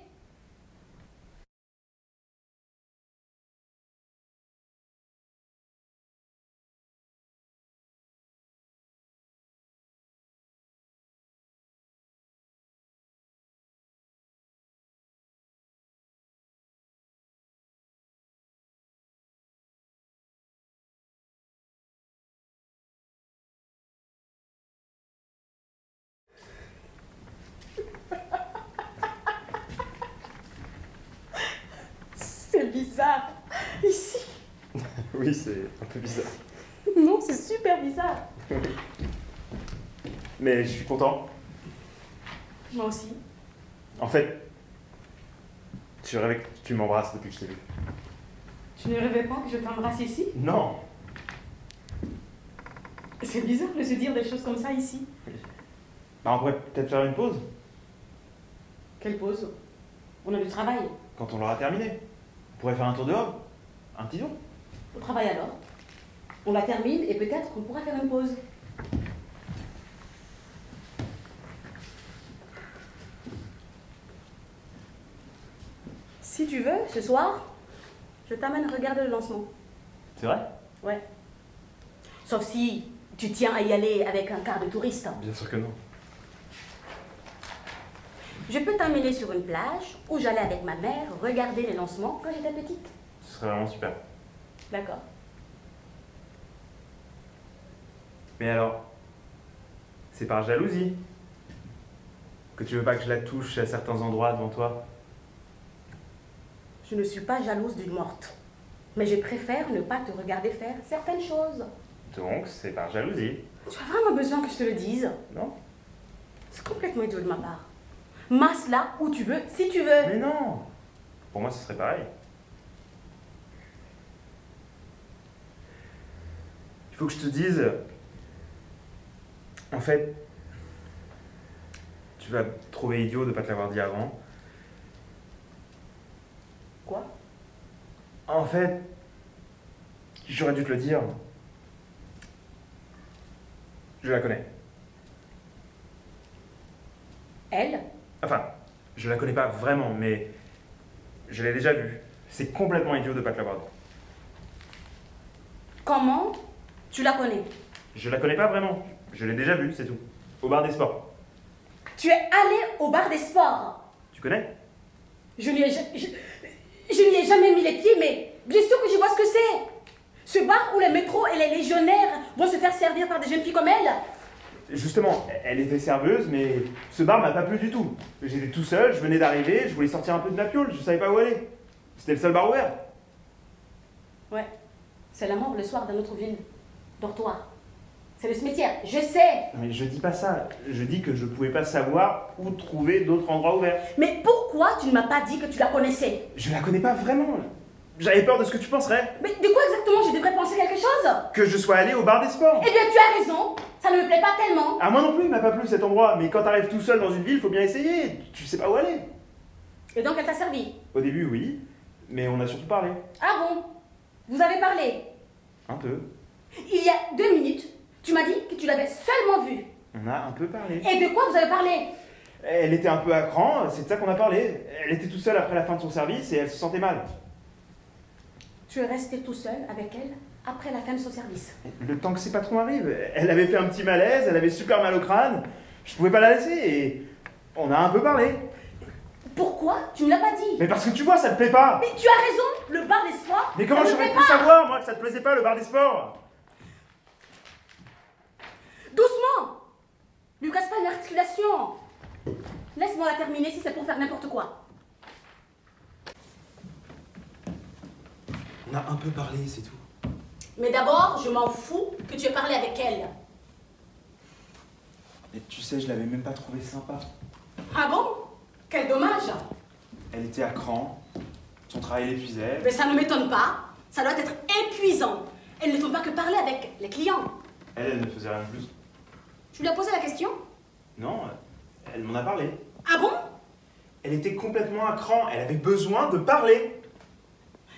Speaker 2: C'est bizarre. Ici.
Speaker 3: Oui, c'est un peu bizarre.
Speaker 2: Non, c'est super bizarre.
Speaker 3: Mais je suis content.
Speaker 2: Moi aussi.
Speaker 3: En fait, je rêvais que tu m'embrasses depuis que je t'ai vu.
Speaker 2: Tu ne rêvais pas que je t'embrasse ici
Speaker 3: Non
Speaker 2: C'est bizarre de se dire des choses comme ça ici.
Speaker 3: Bah, on pourrait peut-être faire une pause
Speaker 2: Quelle pause On a du travail.
Speaker 3: quand on l'aura terminé. On pourrait faire un tour dehors. Un petit tour.
Speaker 2: On travaille alors. On la termine et peut-être qu'on pourra faire une pause. Si tu veux, ce soir, je t'amène regarder le lancement.
Speaker 3: C'est vrai
Speaker 2: Ouais. Sauf si tu tiens à y aller avec un quart de touriste.
Speaker 3: Bien sûr que non.
Speaker 2: Je peux t'amener sur une plage où j'allais avec ma mère regarder les lancements quand j'étais petite.
Speaker 3: Ce serait vraiment super.
Speaker 2: D'accord.
Speaker 3: Mais alors, c'est par jalousie que tu veux pas que je la touche à certains endroits devant toi.
Speaker 2: Je ne suis pas jalouse d'une morte, mais je préfère ne pas te regarder faire certaines choses.
Speaker 3: Donc, c'est par jalousie,
Speaker 2: Tu as vraiment besoin que je te le dise
Speaker 3: non
Speaker 2: C'est complètement idiot de ma part. Masse là où tu veux, si tu veux.
Speaker 3: Mais non Pour moi, ce serait pareil. Il faut que je te dise. En fait, tu vas te trouver idiot de pas te l'avoir dit avant.
Speaker 2: Quoi
Speaker 3: En fait, j'aurais dû te le dire. Je la connais.
Speaker 2: Elle
Speaker 3: Enfin, je la connais pas vraiment, mais je l'ai déjà vue. C'est complètement idiot de pas te l'avoir dit.
Speaker 2: Comment Tu la connais.
Speaker 3: Je la connais pas vraiment. Je l'ai déjà vue, c'est tout. Au bar des sports.
Speaker 2: Tu es allée au bar des sports.
Speaker 3: Tu connais
Speaker 2: Je n'y ai, ja- je, je n'y ai jamais mis les pieds, mais bien sûr que je vois ce que c'est. Ce bar où les métros et les légionnaires vont se faire servir par des jeunes filles comme elle.
Speaker 3: Justement, elle était serveuse, mais ce bar m'a pas plu du tout. J'étais tout seul, je venais d'arriver, je voulais sortir un peu de ma piole, je savais pas où aller. C'était le seul bar ouvert.
Speaker 2: Ouais, c'est la mort le soir dans notre ville. Dortoir. C'est le cimetière, je sais.
Speaker 3: Non, mais je dis pas ça. Je dis que je pouvais pas savoir où trouver d'autres endroits ouverts.
Speaker 2: Mais pourquoi tu ne m'as pas dit que tu la connaissais
Speaker 3: Je la connais pas vraiment. J'avais peur de ce que tu penserais.
Speaker 2: Mais de quoi exactement je devrais penser quelque chose
Speaker 3: Que je sois allé au bar des sports.
Speaker 2: Eh bien, tu as raison, ça ne me plaît pas tellement.
Speaker 3: À Ah, moi non plus, il m'a pas plu cet endroit. Mais quand t'arrives tout seul dans une ville, faut bien essayer. Tu sais pas où aller.
Speaker 2: Et donc, elle t'a servi.
Speaker 3: Au début, oui. Mais on a surtout parlé.
Speaker 2: Ah bon Vous avez parlé.
Speaker 3: Un peu.
Speaker 2: Il y a deux minutes, tu m'as dit que tu l'avais seulement vue.
Speaker 3: On a un peu parlé.
Speaker 2: Et de quoi vous avez parlé
Speaker 3: Elle était un peu à cran, c'est de ça qu'on a parlé. Elle était toute seule après la fin de son service et elle se sentait mal.
Speaker 2: Tu es resté tout seul avec elle après la fin de son service.
Speaker 3: Le temps que ses patrons arrivent, elle avait fait un petit malaise, elle avait super mal au crâne. Je pouvais pas la laisser et on a un peu parlé.
Speaker 2: Pourquoi tu ne l'as pas dit
Speaker 3: Mais parce que tu vois, ça te plaît pas.
Speaker 2: Mais tu as raison, le bar d'espoir.
Speaker 3: Mais comment
Speaker 2: ça me
Speaker 3: j'aurais
Speaker 2: plaît
Speaker 3: pu savoir, moi, que ça te plaisait pas le bar des sports
Speaker 2: Doucement Ne casse pas l'articulation Laisse-moi la terminer si c'est pour faire n'importe quoi.
Speaker 3: On a un peu parlé, c'est tout.
Speaker 2: Mais d'abord, je m'en fous que tu aies parlé avec elle.
Speaker 6: Et tu sais, je l'avais même pas trouvé sympa.
Speaker 2: Ah bon Quel dommage
Speaker 6: Elle était à cran, son travail l'épuisait.
Speaker 2: Mais ça ne m'étonne pas, ça doit être épuisant. Elles ne font pas que parler avec les clients.
Speaker 6: Elle, elle ne faisait rien de plus.
Speaker 2: Tu lui as posé la question
Speaker 6: Non, elle m'en a parlé.
Speaker 2: Ah bon
Speaker 6: Elle était complètement à cran, elle avait besoin de parler.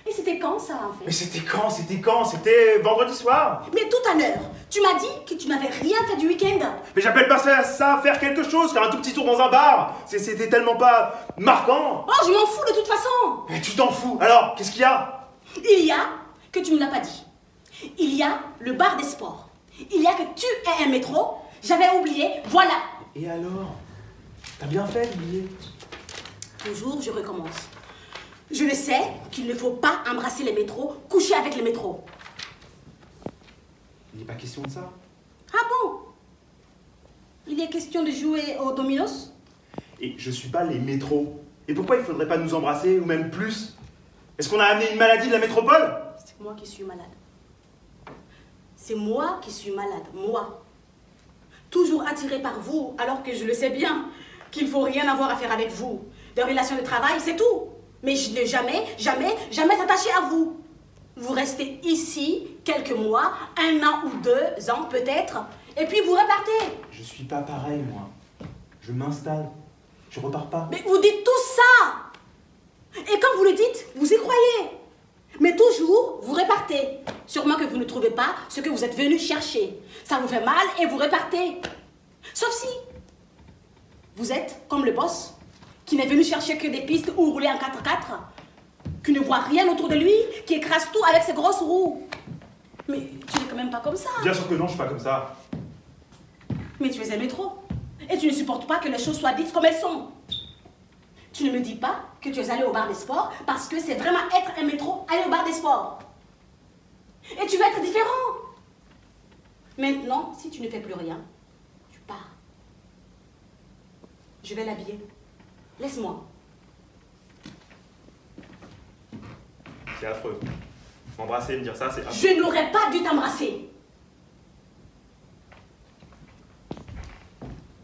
Speaker 2: Et c'était quand ça en
Speaker 6: Mais
Speaker 2: fait
Speaker 6: c'était quand C'était quand C'était vendredi soir
Speaker 2: Mais tout à l'heure, tu m'as dit que tu n'avais rien fait du week-end.
Speaker 6: Mais j'appelle pas ça, ça faire quelque chose, faire un tout petit tour dans un bar C'est- C'était tellement pas marquant
Speaker 2: Oh, je m'en fous de toute façon
Speaker 6: Mais tu t'en fous Alors, qu'est-ce qu'il y a
Speaker 2: Il y a que tu ne l'as pas dit. Il y a le bar des sports. Il y a que tu es un métro. J'avais oublié. Voilà.
Speaker 6: Et alors T'as bien fait d'oublier.
Speaker 2: Toujours, je recommence. Je le sais qu'il ne faut pas embrasser les métros, coucher avec les métros.
Speaker 6: Il n'est pas question de ça.
Speaker 2: Ah bon Il est question de jouer au dominos
Speaker 6: Et je suis pas les métros. Et pourquoi il faudrait pas nous embrasser, ou même plus Est-ce qu'on a amené une maladie de la métropole
Speaker 2: C'est moi qui suis malade. C'est moi qui suis malade, moi. Toujours attirée par vous, alors que je le sais bien qu'il ne faut rien avoir à faire avec vous. Des relations de travail, c'est tout. Mais je n'ai jamais, jamais, jamais attaché à vous. Vous restez ici quelques mois, un an ou deux ans peut-être, et puis vous repartez.
Speaker 6: Je suis pas pareil, moi. Je m'installe. Je repars pas.
Speaker 2: Mais vous dites tout ça Et quand vous le dites, vous y croyez Mais toujours, vous repartez. Sûrement que vous ne trouvez pas ce que vous êtes venu chercher. Ça vous fait mal et vous repartez. Sauf si vous êtes comme le boss, qui n'est venu chercher que des pistes ou rouler en 4x4, qui ne voit rien autour de lui, qui écrase tout avec ses grosses roues. Mais tu n'es quand même pas comme ça.
Speaker 6: Bien sûr que non, je suis pas comme ça.
Speaker 2: Mais tu es aimé trop. Et tu ne supportes pas que les choses soient dites comme elles sont. Tu ne me dis pas que tu es allé au bar des sports parce que c'est vraiment être un métro, aller au bar des sports. Et tu veux être différent. Maintenant, si tu ne fais plus rien, tu pars. Je vais l'habiller. Laisse-moi.
Speaker 5: C'est affreux. M'embrasser, me dire ça, c'est affreux.
Speaker 2: Je n'aurais pas dû t'embrasser.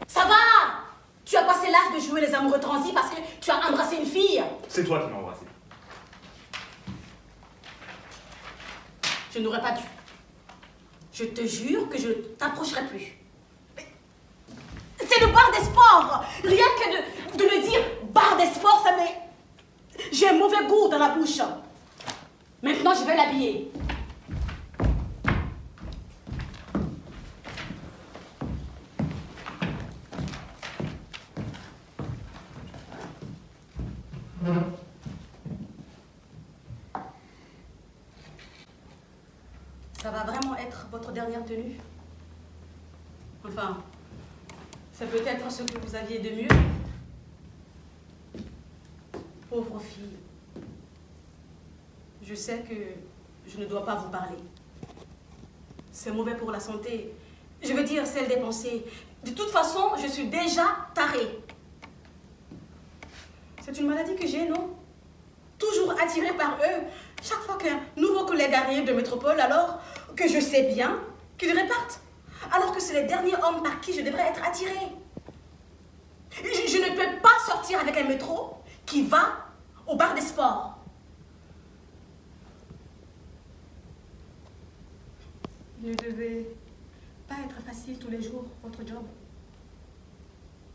Speaker 2: Ça va Tu as passé l'âge de jouer les amoureux transis parce que tu as embrassé une fille.
Speaker 5: C'est toi qui m'as embrassé.
Speaker 2: Je n'aurais pas dû. Je te jure que je ne t'approcherai plus. Mais C'est le bar des sports Rien que de, de le dire bar des sports, ça m'est... J'ai un mauvais goût dans la bouche. Maintenant, je vais l'habiller. Ça va vraiment être votre dernière tenue Enfin, c'est peut-être ce que vous aviez de mieux. Pauvre fille, je sais que je ne dois pas vous parler. C'est mauvais pour la santé. Je veux dire celle des pensées. De toute façon, je suis déjà tarée. C'est une maladie que j'ai, non toujours attirée par eux. Chaque fois qu'un nouveau collègue arrive de métropole, alors que je sais bien qu'ils repartent, alors que c'est les derniers hommes par qui je devrais être attirée. Je, je ne peux pas sortir avec un métro qui va au bar des sports. Il Ne devait pas être facile tous les jours, votre job.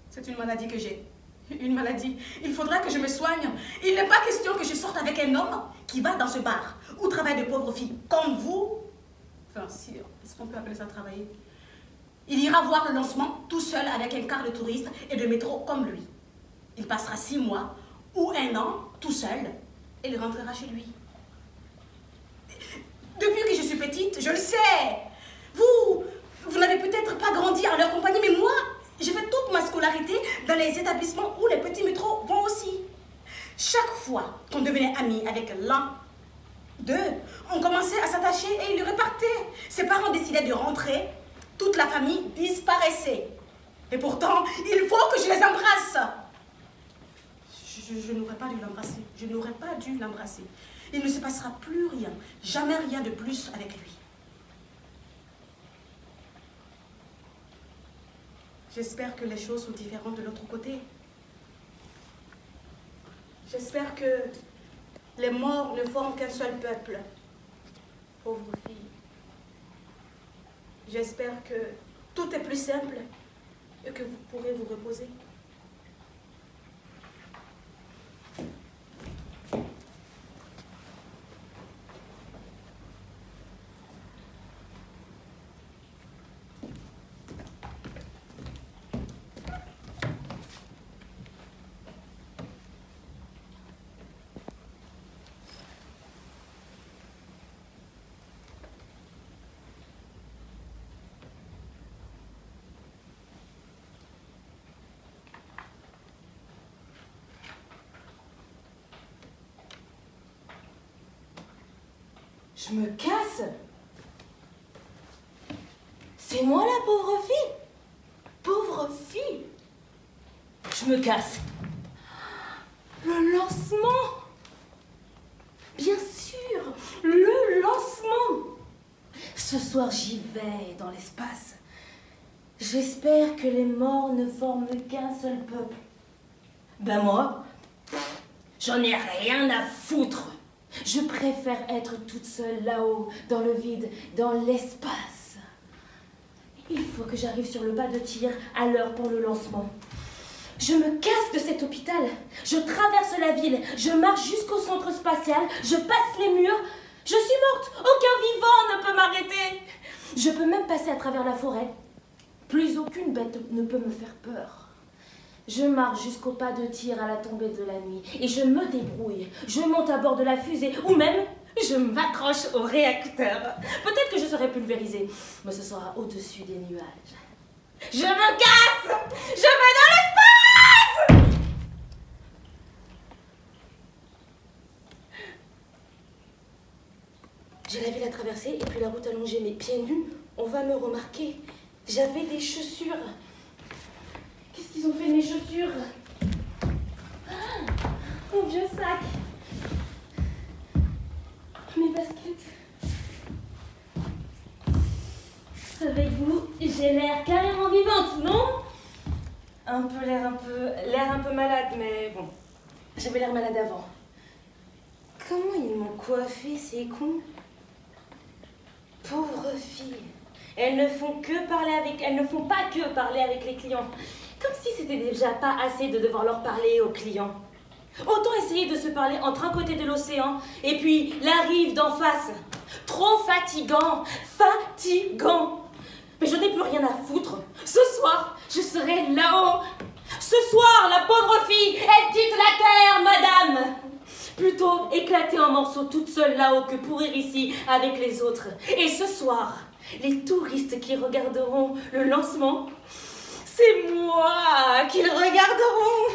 Speaker 2: C'est une maladie que j'ai. Une maladie. Il faudra que je me soigne. Il n'est pas question que je sorte avec un homme qui va dans ce bar où travaille de pauvres filles comme vous. Enfin, si, est-ce qu'on peut appeler ça travailler Il ira voir le lancement tout seul avec un quart de touriste et de métro comme lui. Il passera six mois ou un an tout seul et il rentrera chez lui. Depuis que je suis petite, je le sais. Vous, vous n'avez peut-être pas grandi en leur compagnie, mais moi, j'ai fait toute ma scolarité dans les établissements où les petits métros vont aussi. Chaque fois qu'on devenait ami avec l'un d'eux, on commençait à s'attacher et ils repartaient. Ses parents décidaient de rentrer, toute la famille disparaissait. Et pourtant, il faut que je les embrasse. Je, je- je n'aurais pas dû l'embrasser. Je n'aurais pas dû l'embrasser. Il ne se passera plus rien, jamais rien de plus avec lui.
Speaker 7: J'espère que les choses sont différentes de l'autre côté. J'espère que les morts ne forment qu'un seul peuple. Pauvre fille. J'espère que tout est plus simple et que vous pourrez vous reposer.
Speaker 4: Je me casse C'est moi la pauvre fille Pauvre fille Je me casse Le lancement Bien sûr Le lancement Ce soir j'y vais dans l'espace. J'espère que les morts ne forment qu'un seul peuple. Ben moi, j'en ai rien à foutre. Je préfère être toute seule là-haut, dans le vide, dans l'espace. Il faut que j'arrive sur le bas de tir à l'heure pour le lancement. Je me casse de cet hôpital. Je traverse la ville. Je marche jusqu'au centre spatial. Je passe les murs. Je suis morte. Aucun vivant ne peut m'arrêter. Je peux même passer à travers la forêt. Plus aucune bête ne peut me faire peur. Je marche jusqu'au pas de tir à la tombée de la nuit et je me débrouille. Je monte à bord de la fusée ou même je m'accroche au réacteur. Peut-être que je serai pulvérisée, mais ce sera au-dessus des nuages. Je me casse Je vais dans l'espace J'ai la ville à traverser et puis la route allongée, mais pieds nus, on va me remarquer. J'avais des chaussures. Qu'est-ce qu'ils ont fait de mes chaussures Ah, Mon vieux sac Mes baskets Avec vous, j'ai l'air carrément vivante, non Un peu l'air un peu... l'air un peu malade, mais bon. J'avais l'air malade avant. Comment ils m'ont coiffée, ces cons Pauvre fille Elles ne font que parler avec... Elles ne font pas que parler avec les clients. Comme si c'était déjà pas assez de devoir leur parler aux clients. Autant essayer de se parler entre un côté de l'océan et puis la rive d'en face. Trop fatigant, fatigant. Mais je n'ai plus rien à foutre. Ce soir, je serai là-haut. Ce soir, la pauvre fille, elle quitte la terre, madame. Plutôt éclater en morceaux toute seule là-haut que pourrir ici avec les autres. Et ce soir, les touristes qui regarderont le lancement c'est moi qu'ils regarderont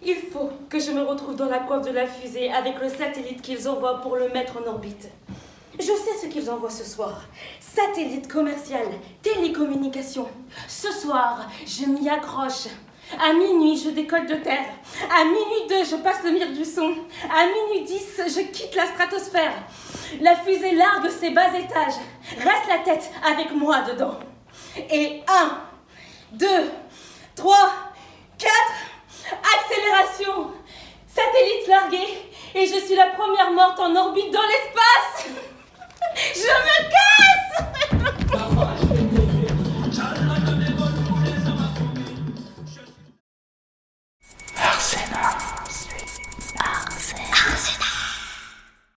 Speaker 4: Il faut que je me retrouve dans la coiffe de la fusée avec le satellite qu'ils envoient pour le mettre en orbite. Je sais ce qu'ils envoient ce soir. Satellite commercial, télécommunications. Ce soir, je m'y accroche. À minuit, je décolle de terre. À minuit 2, je passe le mire du son. À minuit 10, je quitte la stratosphère. La fusée largue ses bas étages. Reste la tête avec moi dedans. Et 1, 2, 3, 4, accélération, satellite largué, *laughs* et je suis la première morte en orbite dans l'espace. Je me casse